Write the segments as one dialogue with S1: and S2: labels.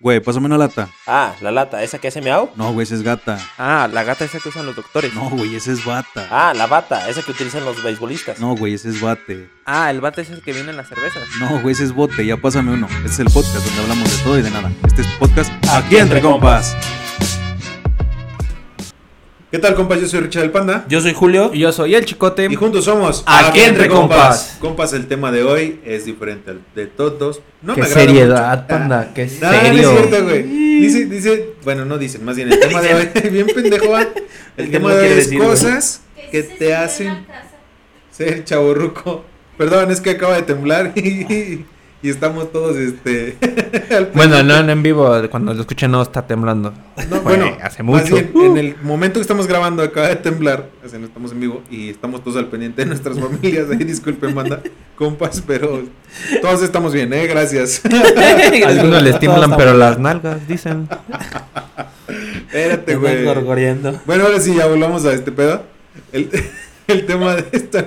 S1: Güey, pásame una lata.
S2: Ah, la lata, ¿esa que hace miau?
S1: No, güey, esa es gata.
S3: Ah, la gata esa que usan los doctores.
S1: No, güey, esa es bata.
S2: Ah, la bata, esa que utilizan los beisbolistas.
S1: No, güey, ese es bate.
S3: Ah, el bate es el que viene en las cervezas.
S1: No, güey, ese es bote. Ya pásame uno. Este es el podcast donde hablamos de todo y de nada. Este es podcast
S2: Aquí Entre Compas.
S4: ¿Qué tal, compas? Yo soy Richard el Panda.
S2: Yo soy Julio.
S3: Y yo soy el chicote.
S4: Y juntos somos
S2: Aquí Entre Compas.
S4: Compas, el tema de hoy es diferente al de todos. No
S5: Qué
S4: me agrada
S5: seriedad,
S4: mucho.
S5: panda, qué
S4: Ah, no, no es
S5: serio.
S4: cierto, güey. Dice, dice, bueno, no dicen, más bien el tema de hoy, bien pendejo, ah. el
S3: que
S4: tema
S3: no
S4: de
S3: quiere
S4: hoy es
S3: decir, güey.
S4: cosas que te hacen ser chaborruco. Perdón, es que acaba de temblar y, y- y estamos todos, este, al-
S5: Bueno, no, no en vivo, cuando lo escuchen no está temblando.
S4: pues, No,
S5: Fue
S4: bueno,
S5: hace
S4: Más
S5: mucho.
S4: bien, en el momento que estamos grabando acaba de temblar, o sea, no estamos en vivo y estamos todos al pendiente de nuestras familias. Ahí disculpen, banda, compas, pero todos estamos bien, ¿eh? Gracias.
S5: Uh, Algunos les tiemblan,
S3: Todos
S5: pero las nalgas dicen.
S4: Espérate,
S2: Andan
S4: güey.
S2: gorgoreando.
S4: Bueno, ahora sí, ya volvamos a este pedo. El, el tema de, esta,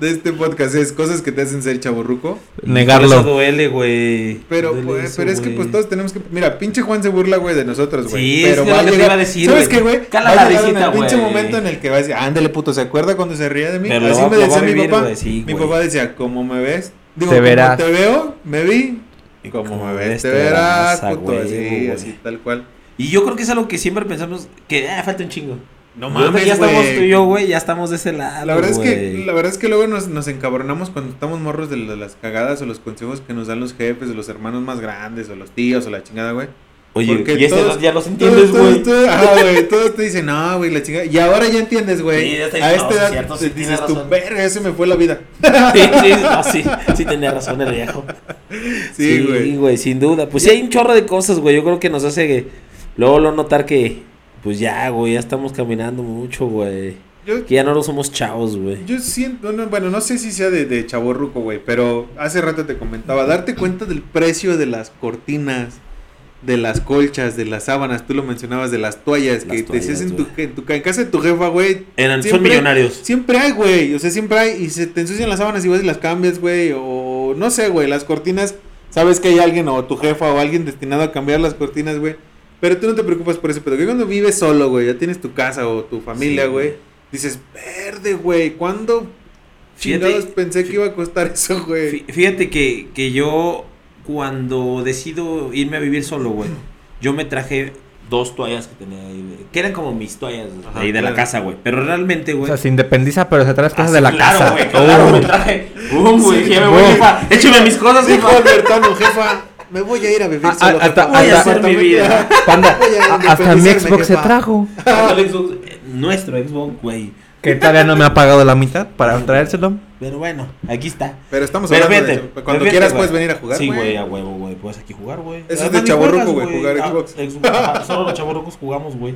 S4: de este podcast es cosas que te hacen ser chaburruco.
S2: Por Eso
S5: Negarlo.
S2: duele, güey.
S4: Pero,
S2: Duele
S4: pues,
S2: eso,
S4: pero es que
S2: güey.
S4: pues todos tenemos que. Mira, pinche Juan se burla, güey, de nosotros, güey.
S2: Sí,
S4: pero
S2: es que es lo que te iba a decir,
S4: ¿Sabes
S2: güey?
S4: qué, güey?
S2: Cala
S4: Va
S2: la
S4: a llegar en
S2: risita,
S4: el pinche
S2: güey.
S4: momento en el que va a decir, ándale, puto, ¿se acuerda cuando se ría de mí?
S2: Pero lo
S4: Así
S2: va-
S4: me
S2: lo va
S4: decía
S2: a
S4: mi
S2: vivir,
S4: papá.
S2: güey, sí,
S4: mi
S2: güey.
S4: papá decía, ¿cómo me ves? Digo,
S5: Te
S4: como
S5: verás.
S4: te veo, me vi. Y como me ves, te verás,
S2: a
S4: puto,
S2: huevo,
S4: así,
S2: güey.
S4: así, tal cual.
S2: Y yo creo que es algo que siempre pensamos que ah, falta un chingo.
S4: No
S2: Yo creo que ya estamos tú y
S4: güey.
S2: yo, güey, ya estamos de ese lado.
S4: La verdad, es que,
S2: güey.
S4: la verdad es que luego nos, nos encabronamos cuando estamos morros de lo- las cagadas o los consejos que nos dan los jefes o los hermanos más grandes o los tíos o la chingada, güey.
S2: Oye,
S4: porque
S2: y este
S4: todos-
S2: dos ya los
S4: Todos,
S2: entiendes,
S4: todos,
S2: güey.
S4: todos, ah, güey, todos te dicen, no, güey, la chingada. Y ahora ya entiendes, güey.
S2: Sí, ya
S4: a
S2: está
S4: esta
S2: diciendo, no, sí,
S4: edad
S2: cierto,
S4: te
S2: sí, tiene
S4: dices, tu
S2: razón".
S4: verga, ese me fue la vida.
S2: Sí, sí, no, sí, sí tenía razón el viejo.
S4: Sí, güey.
S2: sin duda. Pues sí hay un chorro de cosas, güey. Yo creo que nos hace que- luego lo notar que pues ya, güey, ya estamos caminando mucho, güey.
S4: Yo,
S2: Que ya no lo somos chavos, güey.
S4: yo siento, no, bueno, no sé si sea de, de chaborruco, güey, pero hace rato te comentaba, darte cuenta del precio de las cortinas. De las colchas, de las sábanas, tú lo mencionabas, de las toallas
S2: Las
S4: que te decías
S2: toallas,
S4: en tu, en tu- en casa de tu jefa, güey,
S2: Eran, son
S4: siempre-
S2: millonarios.
S4: Siempre hay, güey. O sea, siempre hay. Y se te ensucian las sábanas y vas y las cambias, güey. O no sé, güey. Las cortinas. Sabes que hay alguien o tu jefa o alguien destinado a cambiar las cortinas, güey. Pero tú no te preocupas por eso. Pero que cuando vives solo, güey. Ya tienes tu casa o tu familia,
S2: Sí, güey.
S4: güey. Dices, verde, güey. ¿Cuándo
S2: Fíjate-
S4: chingados pensé que iba a costar eso, güey?
S2: Fí- Fíjate que, que yo cuando decido irme a vivir solo, güey, yo me traje dos toallas que tenía ahí, güey, que eran como mis toallas
S4: Ajá,
S2: ahí de la
S4: claro.
S2: casa, güey. Pero realmente,
S5: O
S2: güey.
S5: sea, se independiza, pero se trae las cosas
S2: ah,
S5: de la
S2: sí, claro,
S5: casa. Uh,
S2: Güey, claro, me traje. Pum, güey, ya me voy,
S5: güey.
S2: jefa. Écheme mis cosas,
S4: Dijo
S2: jefa.
S4: Albertano, jefa. Me voy a ir a vivir
S5: Ah,
S4: solo.
S5: ah, hasta-
S4: jefa. Voy a
S2: hasta-
S4: hacer mi vida.
S5: Panda,
S4: Voy a
S5: a- hasta mi
S4: independizarme,
S5: Xbox se
S4: jefa.
S5: trajo.
S2: Ándale, Xbox, eh, Nuestro Xbox, güey.
S5: Que todavía no me ha pagado la mitad para traérselo.
S2: Pero bueno, aquí está.
S4: Pero estamos
S2: Pero
S4: hablando de
S2: fíjate,
S4: eso.
S2: pero
S4: Cuando
S2: fíjate,
S4: quieras
S2: güey.
S4: puedes venir a jugar,
S2: Sí,
S4: güey.
S2: güey, a huevo, güey. Puedes aquí jugar, güey.
S4: es de
S2: Además, ni
S4: chavorruco,
S2: juegas,
S4: güey, jugar Xbox.
S2: Ah, Xbox, ajá, Solo los chavorrucos jugamos, güey.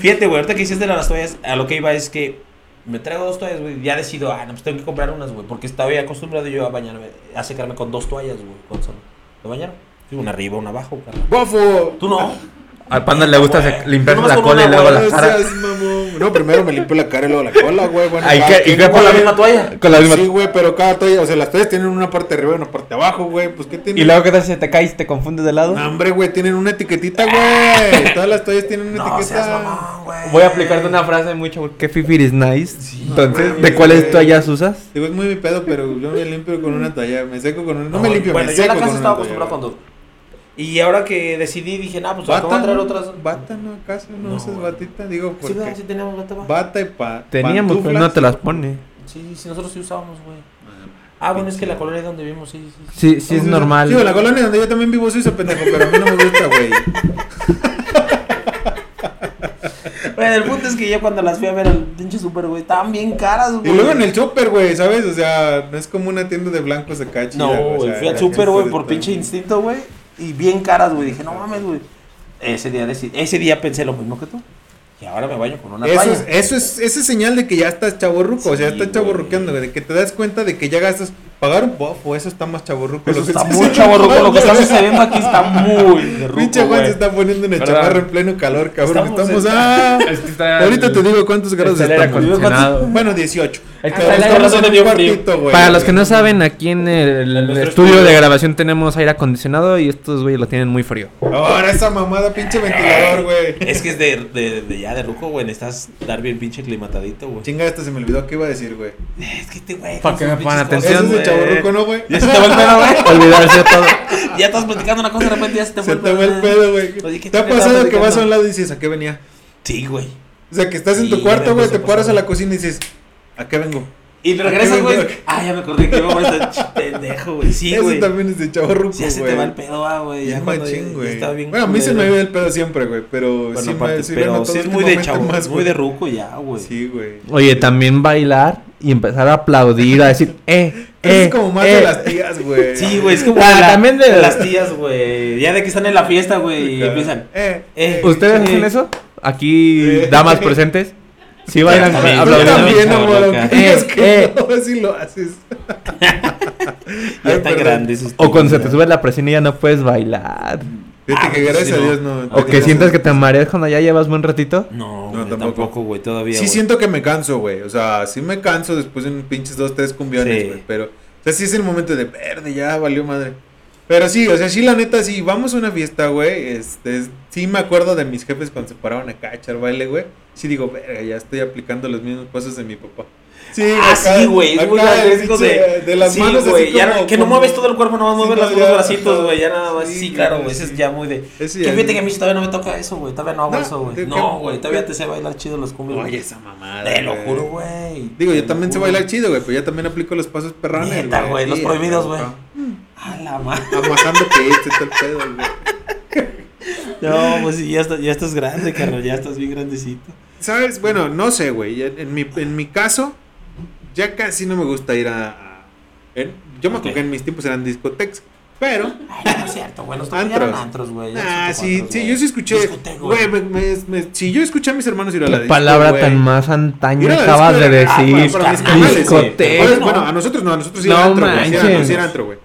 S2: Fíjate, güey, ahorita que hiciste de las toallas, a lo que iba es que me traigo dos toallas, güey. Ya decido, ah, no, pues tengo que comprar unas, güey. Porque estaba ya acostumbrado yo a bañarme, a secarme con dos toallas, güey. Con solo. ¿Lo bañaron? Sí, una arriba, una abajo, carnal.
S4: ¡Bofo!
S2: Tú no.
S5: Al panda le gusta
S2: Güey.
S5: se- limpiarse
S2: Nomás
S5: la
S2: con
S5: cola y
S2: una,
S5: luego
S2: güey,
S5: la
S4: No
S5: cara.
S4: seas mamón. No, primero me limpio la cara y luego la cola, güey. Bueno,
S5: Ay,
S4: cada
S5: ¿qué- y
S4: quien,
S5: qué
S4: güey.
S2: Con la misma toalla.
S5: Con la misma-
S4: Sí, güey, pero cada toalla, o sea, las toallas tienen una parte arriba y una parte abajo, güey. Pues qué tienen.
S5: Y luego que se te caes y te confundes de lado.
S4: No, hombre, güey, tienen una etiquetita, güey. Todas las toallas tienen una
S2: No seas
S4: etiqueta.
S2: mamón, güey.
S5: Voy a aplicarte una frase muy chavo. Que Fifi is nice. Entonces,
S4: mames,
S5: ¿de cuáles
S4: güey.
S5: toallas usas?
S4: Digo, es muy mi pedo, pero yo me limpio con una toalla, me seco con una. No, me
S2: güey.
S4: limpio,
S2: Bueno,
S4: me
S2: yo en
S4: seco
S2: la casa
S4: con
S2: estaba
S4: una toalla,
S2: acostumbrado con dos. Y ahora que decidí, dije, nah, pues
S4: güey.
S2: acabo de traer
S4: Bata,
S2: otras.
S4: ¿no? bata, ¿no? ¿Acaso no,
S2: No,
S4: usas
S2: güey.
S4: batita? Digo,
S2: Sí, ¿verdad?
S4: porque
S2: Sí teníamos bata, va.
S4: bata y pa
S5: Teníamos, pero no
S4: pantuflas.
S5: te las pone.
S2: Sí, sí, nosotros sí usábamos, güey. Ah, bueno, es que la colonia es donde vivimos, sí, sí. sí.
S5: Sí, sí es
S4: Sí,
S5: normal.
S4: Sí, la colonia donde yo también vivo soy ese pendejo, pero a mí no me gusta, güey.
S2: Bueno, el punto es que yo cuando las fui a ver al pinche super, güey, estaban bien caras,
S4: Y
S2: güey.
S4: luego en el chopper, güey, ¿sabes? O sea, no es como una tienda de blancos acá, chida,
S2: No,
S4: o
S2: güey,
S4: sea,
S2: fui al
S4: la
S2: super,
S4: gente
S2: güey,
S4: de
S2: por
S4: todo.
S2: pinche instinto, güey. Y bien caras, güey. Dije, no mames, güey. Ese día, deci- ese día pensé lo mismo que tú. Y ahora me baño con una
S4: Eso
S2: toalla.
S4: es, eso es, esa es señal de que ya estás chaborruco, o sea,
S2: Sí,
S4: estás
S2: güey.
S4: chaborruqueando, güey, de que te das cuenta de que ya gastas. Pagar un bofo, eso está más chaborruco.
S2: Eso
S4: lo que
S2: está
S4: se
S2: muy
S4: hace.
S2: chaborruco. Lo que estás sucediendo aquí está muy de ruco,
S4: Pinche Juan se
S2: güey.
S4: está poniendo en el
S5: ¿Verdad?
S4: chaparro en pleno calor, cabrón.
S2: Estamos
S4: Estamos.
S2: en-
S4: ah, ahorita te digo cuántos grados
S5: está el aire
S4: estamos.
S5: acondicionado.
S4: Bueno, 18.
S5: Ahí está.
S2: Hasta la-
S4: Estamos en
S2: razón
S4: un
S2: me dio frío.
S4: cuartito, güey.
S5: Para los que no saben, aquí en el
S2: En nuestro
S5: estudio de
S2: estudio.
S5: grabación tenemos aire acondicionado y estos güeyes lo tienen muy frío.
S4: Ahora esa mamada, pinche ventilador, güey.
S2: Es que es de, de, de ya de ruco, güey. Necesitas dar bien pinche climatadito, güey.
S4: Chinga, hasta se me olvidó qué iba a decir, güey.
S2: Es que te, güey.
S5: Pa'
S2: con
S5: que
S2: sus
S5: me pongan
S2: pinches
S5: atención,
S4: Eso es de
S2: cosas, güey.
S4: chaborruco, ¿no, güey?
S2: Ya se te va el pedo, güey.
S5: Olvidarse de todo.
S2: Ya estás platicando una cosa de repente ya se te fue
S4: Se te va el pedo,
S2: Oye,
S4: güey.
S2: ¿qué
S4: ¿Te ha
S2: chingas
S4: pasado que
S2: platicando?
S4: vas a un lado y dices, ¿a qué venía?
S2: Sí, güey.
S4: O sea, que estás en tu
S2: Sí,
S4: cuarto,
S2: me
S4: güey, te
S2: pasó,
S4: paras
S2: pasó.
S4: a la cocina y dices, ¿a qué vengo?
S2: Y regresas,
S4: Aquí
S2: güey.
S4: vengo.
S2: Ah, ya me acordé que vamos a estar ch- pendejo, güey. Sí,
S4: Eso
S2: güey.
S4: también es de chaborruco,
S2: Ya
S4: güey.
S2: se te va el pedo, ah, güey.
S4: Ya
S2: Ya cuando ya-
S4: machín,
S2: ya
S4: güey.
S2: está bien
S4: Bueno, a mí se me
S2: culero.
S4: ve el pedo siempre, güey, pero
S2: Bueno,
S4: sí me
S2: aparte,
S4: sí me
S2: pero
S4: notó
S2: sí es muy de
S4: últimamente
S2: chavo,
S4: más,
S2: es muy
S4: güey.
S2: de ruco ya, güey.
S4: Sí, güey.
S5: Oye, también bailar y empezar a aplaudir, a decir, eh,
S4: Eso
S5: eh.
S4: es como más
S5: eh.
S4: de las tías, güey.
S2: Sí, güey, es como
S5: Ah,
S2: la-
S5: también de-
S2: las tías, güey. Ya de que están en la fiesta, güey, y empiezan.
S4: Eh,
S2: Eh,
S5: ¿Ustedes
S2: Sí.
S5: hacen eso? Aquí,
S4: Sí.
S5: damas presentes. Sí, bailan.
S2: También,
S4: Tú
S5: aplaudiendo.
S4: también,
S2: Chavo
S4: amor,
S2: loca.
S4: aunque digas
S5: Eh,
S4: que
S5: eh.
S4: no, así lo haces.
S2: Ya
S4: Ay,
S2: están
S4: perdón.
S2: grandes. ustedes,
S5: O cuando se te
S2: güey.
S5: sube la presión y ya no puedes bailar.
S4: Fíjate que
S2: Ah,
S4: gracias
S2: sí,
S4: a
S2: no.
S4: Dios pues, no.
S5: O que sientas que te mareas cuando ya llevas buen ratito.
S2: No,
S4: No,
S2: güey,
S4: tampoco.
S2: tampoco, güey, todavía.
S4: Sí
S2: güey.
S4: siento que me canso, güey. O sea, sí me canso después de un pinches dos, tres cumbiones,
S2: Sí.
S4: güey. Pero, o sea, sí es el momento de verde, ya valió madre. Pero sí, o sea, sí, la neta, sí, vamos a una fiesta, güey. Este, es- sí me acuerdo de mis jefes cuando se paraban acá a echar baile, güey. Sí digo, verga, ya estoy aplicando los mismos pasos de mi papá. Sí,
S2: Ah, sí, güey, es muy
S4: acá,
S2: grotesco de,
S4: pinche, de las
S2: sí,
S4: manos así
S2: güey, ya
S4: como-
S2: no- que no
S4: como-
S2: mueves todo el cuerpo, nomás
S4: Sí,
S2: mueves
S4: no,
S2: los
S4: ya,
S2: dos bracitos,
S4: ajá.
S2: güey, ya nada más,
S4: Sí,
S2: sí, claro, güey,
S4: sí.
S2: ese es ya muy de...
S4: Ese
S2: que
S4: ya
S2: fíjate
S4: es-
S2: que a mí todavía no me toca eso, güey, todavía no hago
S4: No,
S2: eso,
S4: te-
S2: güey.
S4: que-
S2: No, güey, todavía te sé bailar chido los cumbias.
S4: Oye,
S2: güey.
S4: esa mamada.
S2: Te lo
S4: güey.
S2: juro, güey.
S4: Digo, yo
S2: Te
S4: también
S2: lo
S4: sé
S2: juro.
S4: bailar chido, güey, pero yo también aplico los pasos perrones.
S2: Neta, güey, los
S4: Sí,
S2: prohibidos, güey.
S4: ajá.
S2: A la madre.
S4: Amajando que este está el pedo, güey.
S2: No, pues sí, ya, está- ya estás grande, carnal, ya estás bien grandecito.
S4: ¿Sabes? Bueno, no sé, güey. En, en mi, en mi caso, ya casi no me gusta ir a. a- en- yo me acuerdo
S2: Ok.
S4: que en mis tiempos eran discotecas. Pero,
S2: Ay, no es cierto, güey, nos tocaron
S4: Antros.
S2: antros, güey. ya nos
S4: ah,
S2: tocó
S4: sí,
S2: antros,
S4: sí,
S2: güey.
S4: yo sí escuché.
S2: Discoteca,
S4: Güey, me- me- me- sí, yo escuché a mis hermanos ir a la
S5: Qué
S4: disco,
S5: palabra
S4: güey.
S5: tan más
S4: Ir a
S5: antaña
S4: la
S5: acabas
S4: disco
S5: de
S4: era- ah,
S5: decir.
S4: para- para mis
S2: carnales,
S5: discoteca.
S4: Bueno,
S2: no.
S4: bueno, a nosotros no, a nosotros sí
S5: No
S4: era antro, güey, sí era-
S5: manches.
S4: sí era antro, güey.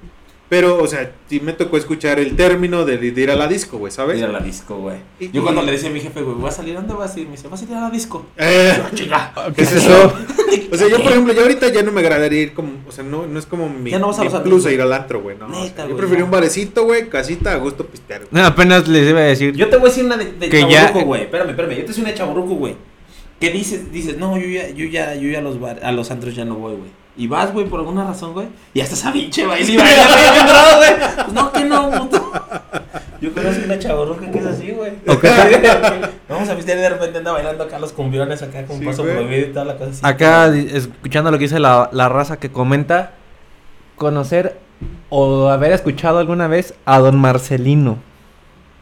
S4: Pero, o sea, sí me tocó escuchar el término de, de ir a la disco, güey, ¿sabes?
S2: Ir a la disco, güey.
S4: Y-
S2: Yo cuando
S4: y-
S2: le decía a mi jefe, güey, ¿voy a salir? ¿A ¿Dónde vas a ir? Me dice, ¿vas a ir a la disco?
S4: Eh,
S2: Chinga.
S5: ¿Qué es eso?
S4: o sea, yo, por ejemplo, yo ahorita ya no me agradaría ir como. O sea, no, no es como mi,
S2: Ya no vas a
S4: mi
S2: los antros,
S4: plus a
S2: güey.
S4: ir al antro, güey. No, o sea,
S2: Neta,
S4: yo
S2: güey,
S4: prefería
S2: no.
S4: un barecito, güey, casita, a gusto pistear. güey.
S5: No, Apenas les iba a decir.
S2: Yo te voy a decir una de, de
S5: Que
S2: chavorruco,
S5: ya- eh,
S2: güey. Espérame, espérame. Yo te hice una de chavorruco, güey. Que dices, dices, no, yo ya, yo ya, yo ya a los bar- a los antros ya no voy, güey. Y vas, güey, por alguna razón, güey. Y hasta esa pinche baile y baila, güey, entrado, güey. Pues no, que no, puto. Yo conozco una chavorruca que es así, güey. Vamos a pistear y de repente anda bailando acá los cumbiones acá con
S4: Sí,
S2: paso
S4: güey.
S2: prohibido y toda la cosa así.
S5: Acá, di- escuchando lo que dice la, la raza que comenta, conocer o haber escuchado alguna vez a don Marcelino.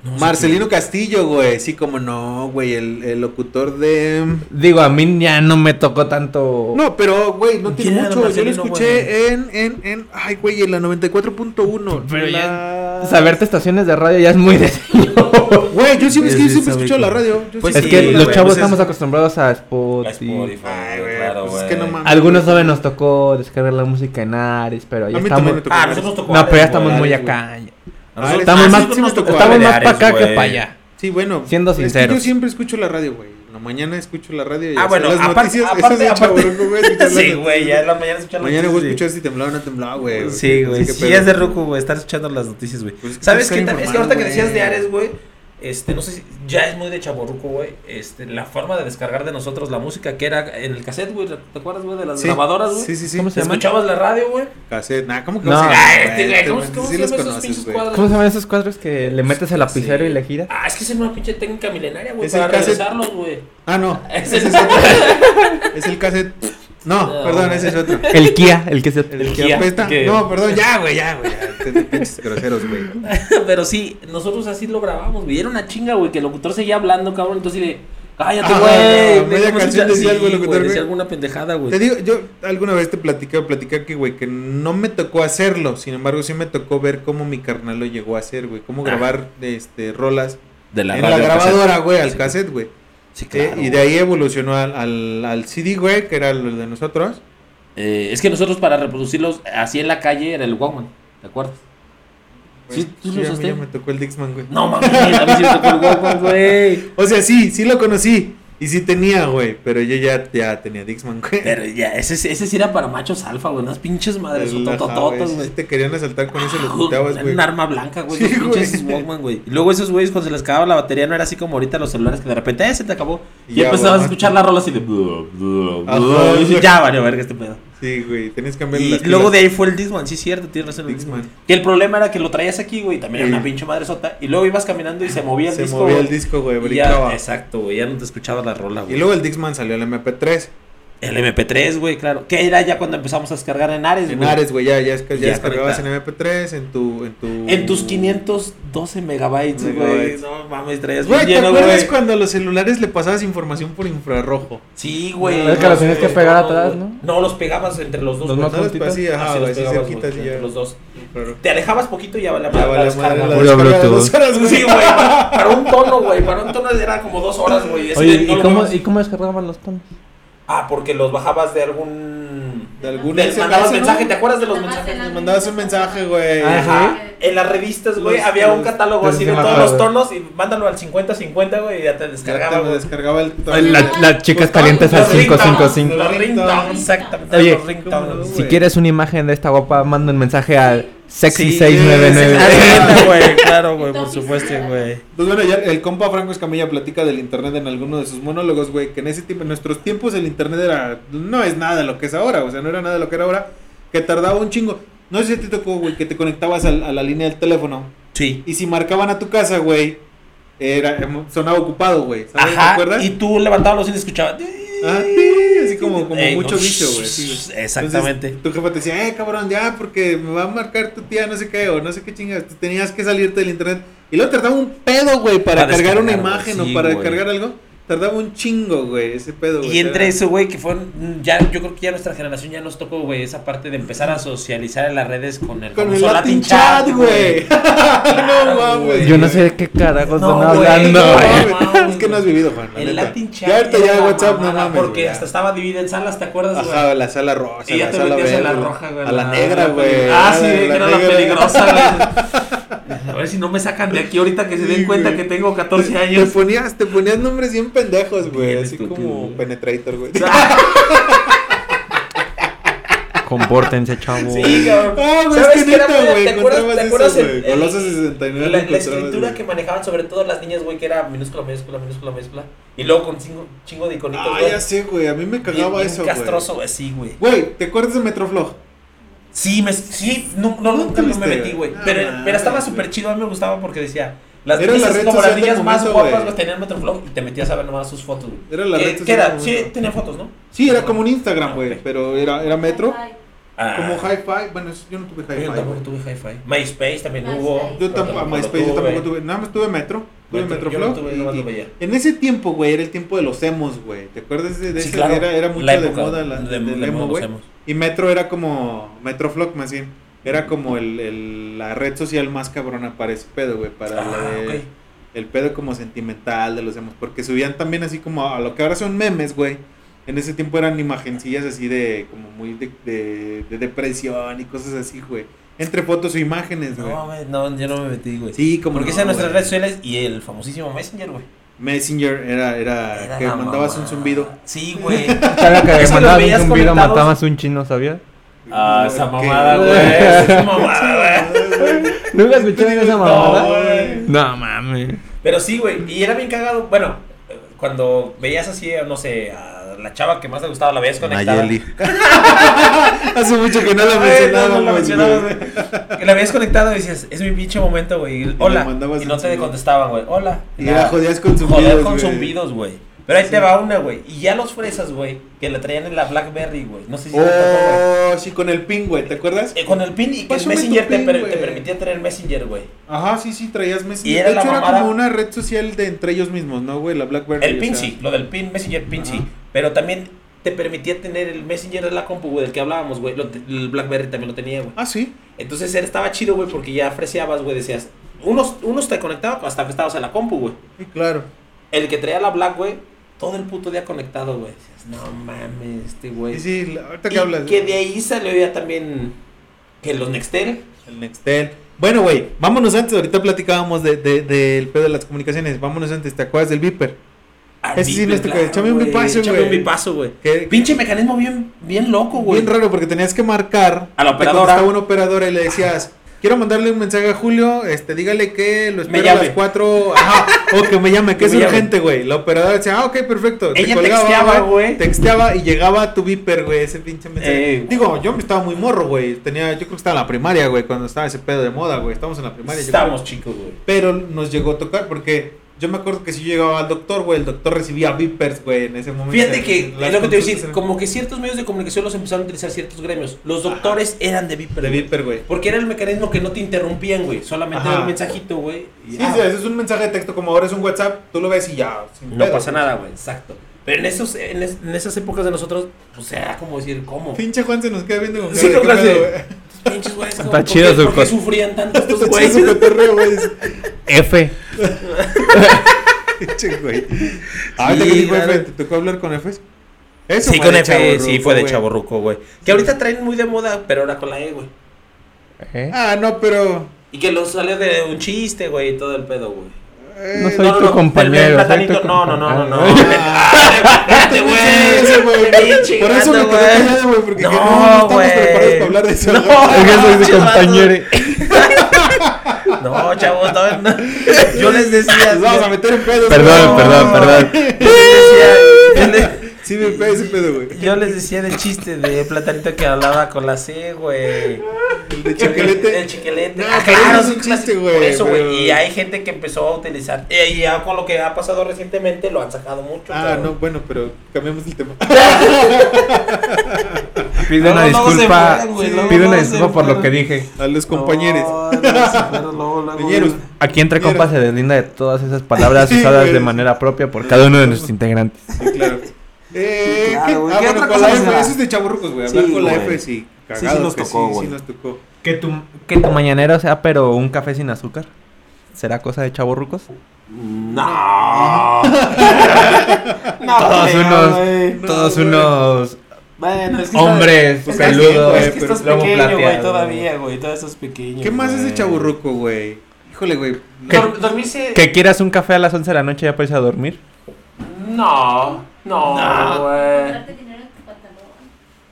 S2: No sé
S4: Marcelino Castillo, güey. Sí, como no, güey. El, el locutor de.
S5: Digo, a mí ya no me tocó tanto.
S4: No, pero, güey, no
S2: ¿Quién
S4: tiene
S2: era
S4: mucho. Yo lo
S2: Marcelino,
S4: escuché en, en, en. Ay, güey, en la 94.1.
S5: Pero
S4: ya.
S5: Saberte estaciones de radio ya es muy de.
S4: Güey, yo sí, es que yo siempre
S2: Sí, sí, sabe
S4: escucho la
S2: cómo.
S4: radio. yo
S2: Pues
S4: sí
S5: es
S2: sí,
S5: que
S4: escucho la
S5: los
S4: radio,
S5: chavos
S4: pues es-
S5: estamos acostumbrados a
S2: qué.
S5: Spotify.
S2: La Spotify,
S4: Ay, güey,
S2: claro,
S4: pues
S2: güey.
S4: es que no mames.
S5: Algunos todavía nos tocó descargar la música en Ares, pero ya
S4: A mí
S5: estamos.
S4: también me tocó.
S2: Ah, nosotros tocó.
S5: No, pero ya
S2: Ares,
S5: estamos
S2: güey,
S5: muy
S2: Ares, güey.
S5: acá.
S2: Nosotros-
S5: Estamos más-
S2: Ah, sí, nosotros nos tocó
S5: Estamos
S2: Ares de
S5: más
S2: Ares,
S5: para acá que
S2: güey.
S5: para allá.
S4: Sí, bueno.
S5: Siendo
S4: es que
S5: sinceros.
S4: yo siempre escucho la radio, güey. En la mañana escucho la radio. Y
S2: Ah,
S4: hasta
S2: bueno,
S4: las
S2: aparte-
S4: noticias. eso
S2: aparte-
S4: es de
S2: aparte-
S4: chavorruco, güey, escuchar las
S2: Sí, güey, ya en la mañana escuchar
S4: Mañana voy a
S2: noticias,
S4: escuchar si temblaba o no temblaba, güey.
S2: Sí, güey.
S4: Así que
S2: Sí,
S4: pedo.
S2: es de Roku, güey. Estar escuchando las noticias, güey.
S4: Pues es que
S2: ¿Sabes
S4: está
S2: qué? tam- Es que ahorita que
S4: informado,
S2: decías de
S4: güey.
S2: Ares, güey. Este, no sé si ya es muy de chaborruco, güey. Este, la forma de descargar de nosotros la música que era en el cassette, güey. ¿Te acuerdas, güey? De las
S4: Sí.
S2: grabadoras, güey.
S4: Sí, sí, sí.
S5: ¿Cómo se llama?
S2: Escuchabas la radio, güey.
S4: Cassette. Nah, ¿cómo que
S5: No.
S4: no?
S2: Ah, este, güey, ¿cómo- cómo
S4: sí
S2: se
S4: los
S2: llaman esos
S4: conoces,
S2: pinches
S4: güey.
S2: cuadros?
S5: ¿Cómo se llaman esos cuadros que le metes el lapicero
S2: Sí.
S5: y le giras?
S2: Ah, es que es una pinche técnica milenaria, güey.
S4: Es el
S2: Para
S4: cassette.
S2: regresarlos, güey.
S4: Ah, no.
S2: Es
S4: Ese es
S2: el-
S4: otro. Es el cassette. No,
S2: No,
S4: perdón,
S2: güey.
S4: ese es otro.
S5: El Kia, el que se.
S4: El,
S2: El
S4: que
S2: Kia,
S4: apesta.
S2: que-
S4: No, perdón, ya, güey, ya, güey. ya. Ustedes Pinches groseros, güey.
S2: Pero sí, nosotros así lo grabamos, güey. Era una chinga, güey, que el locutor seguía hablando, cabrón. Entonces, sí de, cállate,
S4: Ah,
S2: güey.
S4: media
S2: ve cómo
S4: canción
S2: escucha-
S4: decía
S2: Sí,
S4: algo el locutor,
S2: güey,
S4: güey.
S2: decía alguna pendejada, güey.
S4: Te digo, yo alguna vez te platicaba, platicaba que, güey, que no me tocó hacerlo. Sin embargo, sí me tocó ver cómo mi carnal lo llegó a hacer, güey. Cómo
S2: Ah.
S4: grabar, este, rolas
S2: De
S4: en la grabadora, güey, al
S2: Sí.
S4: cassette, güey.
S2: Sí,
S4: Eh,
S2: claro.
S4: y de ahí evolucionó al, al, al CD, güey, que era lo de nosotros.
S2: Eh, es que nosotros para reproducirlos así en la calle era el Walkman, ¿te acuerdas? Sí,
S4: Güey, sí,
S2: tú lo
S4: a mí
S2: usaste.
S4: ya me tocó el Dixman, güey.
S2: No mames, a mí sí me tocó el Walkman, güey.
S4: O sea, sí, sí lo conocí. Y sí tenía, güey, pero yo ya, ya tenía Dixman, güey.
S2: Pero ya, ese, ese sí era para machos alfa, güey. Unas pinches madres
S4: El- ajá,
S2: totototas,
S4: güey,
S2: güey.
S4: Si te querían asaltar con eso, los
S2: Ujú,
S4: quitabas, güey.
S2: Un arma blanca, güey.
S4: Sí,
S2: los pinches
S4: güey.
S2: Walkman, güey. Y luego esos güeyes cuando se les acababa la batería no era así como ahorita los celulares que de repente eh, se te acabó. Y,
S4: Y ya,
S2: empezabas a
S4: güey.
S2: escuchar la rola así de. "Blu, blu,
S4: Ajá,
S2: blu", y dices,
S4: güey.
S2: ya, vale, verga este pedo.
S4: Sí, güey, tenías que cambiar
S2: Y
S4: las
S2: luego de
S4: pilas.
S2: ahí fue el Disman, sí, cierto, tienes razón. el
S4: Discman.
S2: Discman. Que el problema era que lo traías aquí, güey, y también era
S4: Sí.
S2: una pinche madresota. Y luego ibas caminando y se movía el
S4: Se
S2: disco.
S4: movía
S2: güey,
S4: el disco, güey,
S2: y ya,
S4: brincaba.
S2: exacto, güey, ya no te escuchabas la rola, güey.
S4: Y luego el Dixman salió el MP3.
S2: El MP3, güey, claro. Que era ya cuando empezamos a descargar en Ares,
S4: En
S2: güey.
S4: Ares, güey, ya, ya, ya
S2: Ya
S4: descargabas en
S2: conectado.
S4: MP3, en tu, en tu...
S2: En tus 512 megabytes, güey.
S4: Megabytes.
S2: No mames, traías
S4: Güey,
S2: bien
S4: ¿te
S2: lleno,
S4: acuerdas
S2: güey.
S4: cuando a los celulares le pasabas información por infrarrojo?
S2: Sí, güey.
S5: No, es que
S2: no,
S5: los tenías
S2: güey,
S5: que pegar
S2: no,
S5: atrás,
S2: güey.
S5: ¿no?
S2: No, los pegabas entre los dos.
S5: Los
S2: güey.
S5: más-
S4: ¿Sabes? Pues así,
S2: Así
S4: ajá,
S2: los
S4: güey, así
S2: pegabas,
S4: cerquita,
S2: güey,
S4: así
S2: entre
S4: ya.
S2: los dos.
S4: Infrarrojo.
S2: Te alejabas poquito y ya valía
S4: Ya
S2: madre
S4: vale
S2: la
S4: madre
S2: descarga,
S4: la
S2: güey.
S5: Puro
S4: descarga de dos horas,
S5: Bluetooth.
S4: güey.
S2: Sí, güey. Para un tono, güey. Para un tono era como dos horas, güey. así de-
S5: Oye,
S2: no
S5: ¿y
S2: lo
S5: cómo,
S2: muevas.
S5: ¿y cómo descargaban los tonos?
S2: Ah, porque los bajabas de algún.
S4: De algún
S2: Les
S4: SMS,
S2: mandabas
S4: ¿no?
S2: mensaje, ¿te acuerdas de los
S6: Nada más
S2: mensajes?
S6: en
S4: Les
S6: la-
S4: mandabas un mensaje, güey.
S5: Ajá.
S2: En las revistas, güey,
S4: Los-
S2: había un
S4: los-
S2: catálogo
S5: los
S2: así
S5: de
S2: de
S5: la
S2: todos
S5: tarde.
S2: los tonos y mándalo al 50-50, güey, y ya te
S4: Ya
S2: descargaba,
S4: te
S2: güey.
S4: descargaba el...
S5: La- las chicas
S4: Pues,
S5: calientes
S4: los
S5: al
S2: ringtones,
S5: 555.
S2: Los ringtones, exactamente.
S5: Oye,
S2: los ringtones.
S4: ¿cómo
S5: Si
S4: Güey.
S5: quieres una imagen de esta guapa, manda un mensaje al
S4: Sí, sí,
S5: sexy699.
S2: Ah, güey, claro, güey, por supuesto, güey.
S4: Pues bueno, ya el compa Franco Escamilla platica del internet en alguno de sus monólogos, güey, que en ese tiempo, en nuestros tiempos el internet era, no es nada lo que es ahora, o sea, no era nada lo que era ahora, que tardaba un chingo. No sé si a ti te tocó, güey, que te conectabas al- a, la línea del teléfono
S2: Sí.
S4: y si marcaban a tu casa, güey, era, em, sonaba ocupado, güey, ¿sabes? ¿Te
S2: Ajá,
S4: acuerdas?
S2: y tú levantabas los y escuchabas.
S4: Ah, sí, así como, como
S2: Ey,
S4: mucho
S2: no,
S4: bicho, güey. sí, güey. Entonces,
S2: Exactamente.
S4: tu jefa te decía, eh, cabrón, ya, porque me va a marcar tu tía, no sé qué, o no sé qué chingas. Tú tenías que salirte del internet. Y luego tardaba un pedo, güey, para,
S2: Para
S4: cargar una
S2: descargar, güey,
S4: imagen
S2: sí,
S4: o para
S2: güey.
S4: cargar algo. Tardaba un chingo, güey, ese pedo, güey.
S2: Y entre
S4: era-
S2: eso, güey, que fueron. mm, Ya, yo creo que ya nuestra generación ya nos tocó, güey, esa parte de empezar a socializar en las redes con el,
S4: Con el
S2: famoso
S4: Latin Chat, güey. no mames.
S5: Yo no sé de qué carajos
S2: No,
S5: están
S2: güey,
S5: hablando,
S4: No,
S5: güey.
S2: güey.
S4: mames, Es que no has vivido, Juan. la
S2: El
S4: neta.
S2: Latin Chat.
S4: Ya ahorita
S2: era
S4: ya
S2: la
S4: WhatsApp, no
S2: mamada,
S4: mames.
S2: Porque
S4: güey,
S2: hasta
S4: ya.
S2: estaba dividida en salas, ¿te acuerdas, güey?
S4: Ajá, la sala rosa.
S2: Y ya
S4: la
S2: te
S4: sala
S2: metías en la
S4: verde,
S2: roja, güey.
S4: A la negra, güey.
S2: Ah, sí, que era la
S4: negra.
S2: peligrosa, güey. A ver si no me sacan de aquí ahorita que se den
S4: Sí,
S2: cuenta
S4: güey.
S2: que tengo 14
S4: Te
S2: años.
S4: ponías, te ponías nombres bien pendejos, güey.
S2: Bien
S4: Así
S2: estúpido,
S4: como
S2: güey.
S4: Penetrator, güey.
S5: Compórtense, chavo.
S2: Sí, cabrón.
S4: Ah, güey, es
S2: ¿Sabes
S4: que
S2: qué era,
S4: neta,
S2: ¿Te
S4: güey.
S2: acuerdas,
S4: Encontrabas
S2: te
S4: eso,
S2: acuerdas
S4: güey.
S2: el- el-
S4: Golosa 69.
S2: la, la
S4: encontrabas,
S2: escritura
S4: güey.
S2: que manejaban sobre todo las niñas, güey, que era minúscula, minúscula, minúscula, minúscula. Y luego con cinco, chingo de iconitos,
S4: Ah,
S2: güey.
S4: ya sé, güey. A mí me
S2: Bien-
S4: cagaba
S2: bien
S4: eso, güey.
S2: castroso, güey, sí, güey.
S4: Güey, ¿te acuerdas de Metroflog?
S2: Sí, me, sí, no, no,
S4: ¿Nunca
S2: nunca no me
S4: viste?
S2: metí, güey.
S4: Ah,
S2: pero,
S4: mames,
S2: pero estaba
S4: güey.
S2: súper chido, a mí me gustaba porque decía, las
S4: Era
S2: niñas,
S4: la
S2: así
S4: red
S2: como las
S4: social del
S2: niñas más
S4: momento,
S2: guapas
S4: güey.
S2: las tenían en Metroflog y te metías a ver nomás sus fotos, güey.
S4: Era la
S2: ¿Qué-
S4: red social
S2: qué era?
S4: del
S2: Sí,
S4: momento.
S2: tenía fotos, ¿no?
S4: Sí, era como un Instagram,
S2: Ah,
S4: güey.
S2: ok.
S4: Pero era, era Metro.
S2: Ah,
S4: Como Hi-Fi. Bueno, eso- yo no tuve
S2: Yo
S4: Hi-Fi.
S2: tampoco
S4: güey.
S2: tuve hi-fi. MySpace también hubo.
S4: Yo tampoco, MySpace, yo tampoco tuve. Nada más tuve Metro. Tuve
S2: Metro, yo no
S4: Metroflog.
S2: tuve,
S4: y-
S2: nomás lo
S4: y-
S2: veía.
S4: En ese tiempo, güey, era el tiempo de los emos, güey. ¿Te acuerdas de, de
S2: Sí,
S4: ese?
S2: claro.
S4: Era, era mucho
S2: La
S4: de
S2: época
S4: moda la,
S2: de-
S4: del
S2: de moda
S4: emo,
S2: los
S4: güey.
S2: emos.
S4: Y Metro era como. Metroflog, más bien. Era como el, el- la red social más cabrona para ese pedo, güey. Para
S2: Ah,
S4: la de-
S2: ok.
S4: el pedo como sentimental de los emos. Porque subían también así como a, a lo que ahora son memes, güey. En ese tiempo eran imagencillas así de. Como muy de, de- de depresión y cosas así, güey. Entre fotos o imágenes, güey.
S2: No, güey, no, yo no me metí, güey.
S4: Sí, como
S2: Porque
S4: no,
S2: esas nuestras
S4: güey.
S2: redes sociales y el famosísimo Messenger, güey.
S4: Messenger era, era,
S2: Era
S4: Ah, que
S2: la
S4: mandabas
S2: mamá.
S4: un zumbido.
S2: Sí, güey.
S5: Cada que
S2: Eso lo
S5: mandabas un
S2: veías
S5: zumbido
S2: conectados.
S5: matabas un chino, ¿sabías?
S2: Ah, esa
S4: Ok.
S2: mamada, güey. Esa mamada, güey.
S5: ¿Nunca escucharon esa mamada?
S4: güey.
S5: No mames.
S2: Pero sí, güey, y era bien cagado. Bueno, eh, cuando veías así, eh, no sé, a la chava que más te gustaba, la veías conectada.
S1: Nayeli.
S4: Hace mucho que no la
S2: Ay, no, no
S4: mencionábamos,
S2: la mencionabas,
S4: güey.
S2: güey. Que la habías conectado y decías, es mi pinche momento, güey. y
S4: le
S2: Hola.
S4: mandabas
S2: Y
S4: el
S2: no te
S4: zumbido.
S2: contestaban, güey. Hola.
S4: Y la jodías con zumbidos,
S2: Joder con
S4: güey.
S2: zumbidos, güey. Pero ahí te va una, güey. Y ya los fresas, güey, que la traían en la Blackberry, güey. No sé si te tocó, güey.
S4: Oh, sí, con el pin, güey, ¿te acuerdas?
S2: Eh, con el pin y que el
S4: Oh. Pásame tu
S2: Messenger te,
S4: pin,
S2: per-
S4: güey.
S2: te permitía tener Messenger, güey.
S4: Ajá, sí, sí, traías Messenger.
S2: Y era
S4: de
S2: la
S4: hecho, era
S2: mamada.
S4: como una red social de entre ellos mismos, ¿no, güey? La Blackberry.
S2: El
S4: o
S2: pin
S4: sea.
S2: sí, lo del pin, Messenger pin
S4: Ajá.
S2: sí. Pero también te permitía tener el Messenger de la compu, güey, del que hablábamos, güey. Lo te- El Blackberry también lo tenía, güey.
S4: Ah, sí.
S2: Entonces era- estaba chido, güey, porque ya freseabas, güey, decías. Unos, unos te conectaban hasta que estabas en la compu, güey.
S4: Sí, claro.
S2: El que traía la Black, güey, todo el puto día conectado, güey. Decías, No mames, este güey.
S4: Sí, sí, la- ahorita
S2: Y
S4: que hablas.
S2: que de ahí salió ya también que los Nextel.
S4: El Nextel. Bueno, güey, vámonos antes. Ahorita platicábamos de- de- del pedo de las comunicaciones. Vámonos antes. ¿Te acuerdas del Viper?
S2: Ah,
S4: Ese sí no es tu cabeza. Échame un bipaso,
S2: Échame
S4: güey.
S2: un bipaso, güey.
S4: Que-
S2: Pinche mecanismo bien, bien loco, güey.
S4: Bien raro porque tenías que marcar
S2: A la
S4: te
S2: operadora.
S4: contestaba una operadora y le decías, "Quiero mandarle un mensaje a Julio, este dígale que lo
S2: Me
S4: espero a las
S2: llame.
S4: 4, ajá, o que me llame, que
S2: Que
S4: es
S2: me llame.
S4: urgente, güey." La operadora decía, "Ah, ok, perfecto."
S2: Ella texteaba, güey.
S4: Texteaba y llegaba a tu viper, güey, ese pinche mensaje.
S2: Eh,
S4: Digo, yo me estaba muy morro, güey. Tenía yo creo que estaba en la primaria, güey, cuando estaba ese pedo de moda, güey. Estamos en la primaria, yo creo.
S2: Estamos chicos, güey.
S4: pero nos llegó a tocar porque yo me acuerdo que si yo llegaba al doctor, güey, el doctor recibía vipers, güey, en ese momento.
S2: Fíjate que,
S4: Las
S2: es lo que te voy a
S4: consultas
S2: decir,
S4: eran
S2: como que ciertos medios de comunicación los empezaron a utilizar ciertos gremios. Los doctores eran de Viper.
S4: de
S2: güey.
S4: viper, güey.
S2: Porque era el mecanismo que no te interrumpían, güey. Solamente era
S4: Ajá.
S2: el mensajito, güey. y
S4: Sí,
S2: ah,
S4: sí, ese es un mensaje de texto, como ahora es un WhatsApp, tú lo ves y ya. sin
S2: No
S4: pedo.
S2: pasa nada, güey. Exacto. Pero en, esos, en, es- en esas épocas de nosotros, pues era como decir, ¿cómo?
S4: Pinche Juan se nos queda viendo con cara
S2: Sí,
S4: de
S2: con
S4: qué
S2: cara de-
S4: pedo, güey.
S2: Pinches güeyes, como,
S5: Está
S2: ¿por qué-
S5: chido su
S2: ¿Por qué
S5: cos-
S2: sufrían tanto estos
S4: Pinche
S2: güeyes?
S4: su cotorreo, güey.
S5: F.
S4: Pinche güey. Ah, Ahorita que dijo F, ¿te tocó hablar con F? Eso
S2: Sí,
S4: fue
S2: con
S4: de
S2: F, sí,
S4: chavorruco,
S2: fue de
S4: güey.
S2: chaborruco, güey. Que ahorita traen muy de moda, pero ahora con la E, güey. ¿Eh?
S4: Ah, no, pero.
S2: Y que lo salió de un chiste, güey, y todo el pedo, güey.
S4: eh,
S5: No soy
S2: no,
S5: tu
S2: no, del
S5: compañero. soy tu
S2: platanito. No, no, no, no, no.
S5: compañero.
S4: Ah,
S2: Espérate,
S4: no
S2: güey.
S4: te digas eso, güey.
S2: Pinche
S4: Por eso me
S2: gato,
S4: quedé
S2: güey.
S4: callado, güey, porque
S2: No,
S4: que no, no estamos
S2: güey.
S4: preparados para hablar de eso.
S2: No.
S4: güey.
S5: Es que soy tu
S2: Chivato.
S5: compañero.
S2: No, chavos, no, no. Yo les decía.
S4: Nos vamos a meter en pedos.
S5: Perdón,
S4: güey.
S5: perdón, perdón.
S2: yo les decía- yo les-
S4: Sí, me pega ese pedo, güey.
S2: Yo les decía del chiste de platanito que hablaba con la C, güey.
S4: El de chiquelete.
S2: El chiquelete.
S4: No,
S2: Ah,
S4: pero
S2: claro,
S4: eso es
S2: sí,
S4: un chiste,
S2: claro,
S4: güey.
S2: Por eso, güey.
S4: pero-
S2: Y hay gente que empezó a utilizar. eh, Y ya con lo que ha pasado recientemente lo han sacado mucho.
S4: Ah,
S2: cabrón.
S4: no, bueno, pero cambiamos el tema.
S5: Pido
S2: Luego,
S5: una
S2: luego se
S5: disculpa.
S2: fueron, güey, luego,
S5: Pido una
S2: luego se
S5: disculpa por lo que
S2: fueron.
S5: dije.
S4: A los compañeros.
S2: No, no, sí, pero luego, luego,
S4: Compañeros.
S2: güey.
S5: Aquí entre
S4: Mira.
S5: compas se deslinda de todas esas palabras
S4: Sí,
S5: usadas de
S4: güey.
S5: manera propia por cada uno de nuestros integrantes.
S4: Sí, claro. Eh,
S2: Sí, claro,
S4: ¿qué-
S2: güey.
S4: Ah,
S2: ¿Qué
S4: bueno, con
S2: otra cosa
S4: la F,
S2: será?
S4: eso es de chaburrucos, güey. Hablar
S2: Sí,
S4: con la
S2: güey.
S4: F, sí.
S2: sí
S4: Cagado,
S2: nos
S4: que
S2: tocó,
S4: sí,
S2: güey.
S4: sí nos tocó.
S5: Que tu, que tu mañanero sea, pero un café sin azúcar. ¿Será cosa de chavorrucos?
S2: No. no
S5: Todos
S2: creo,
S5: unos-
S2: güey.
S5: Todos
S4: güey.
S5: unos
S2: Bueno, es que
S5: hombres
S2: estás- es que-
S5: peludos.
S2: Es que estás
S5: lomo
S2: pequeño, güey,
S5: plateado.
S2: todavía, güey. Todavía estás pequeño.
S4: ¿Qué más es de
S2: güey.
S4: chaburruco, güey? Híjole, güey.
S5: ¿Qué?
S2: Dor- dormirse.
S5: Que quieras un café a las 11 de la noche y ya puedes a dormir.
S2: No, no, güey.
S6: Guardarte dinero en tu pantalón.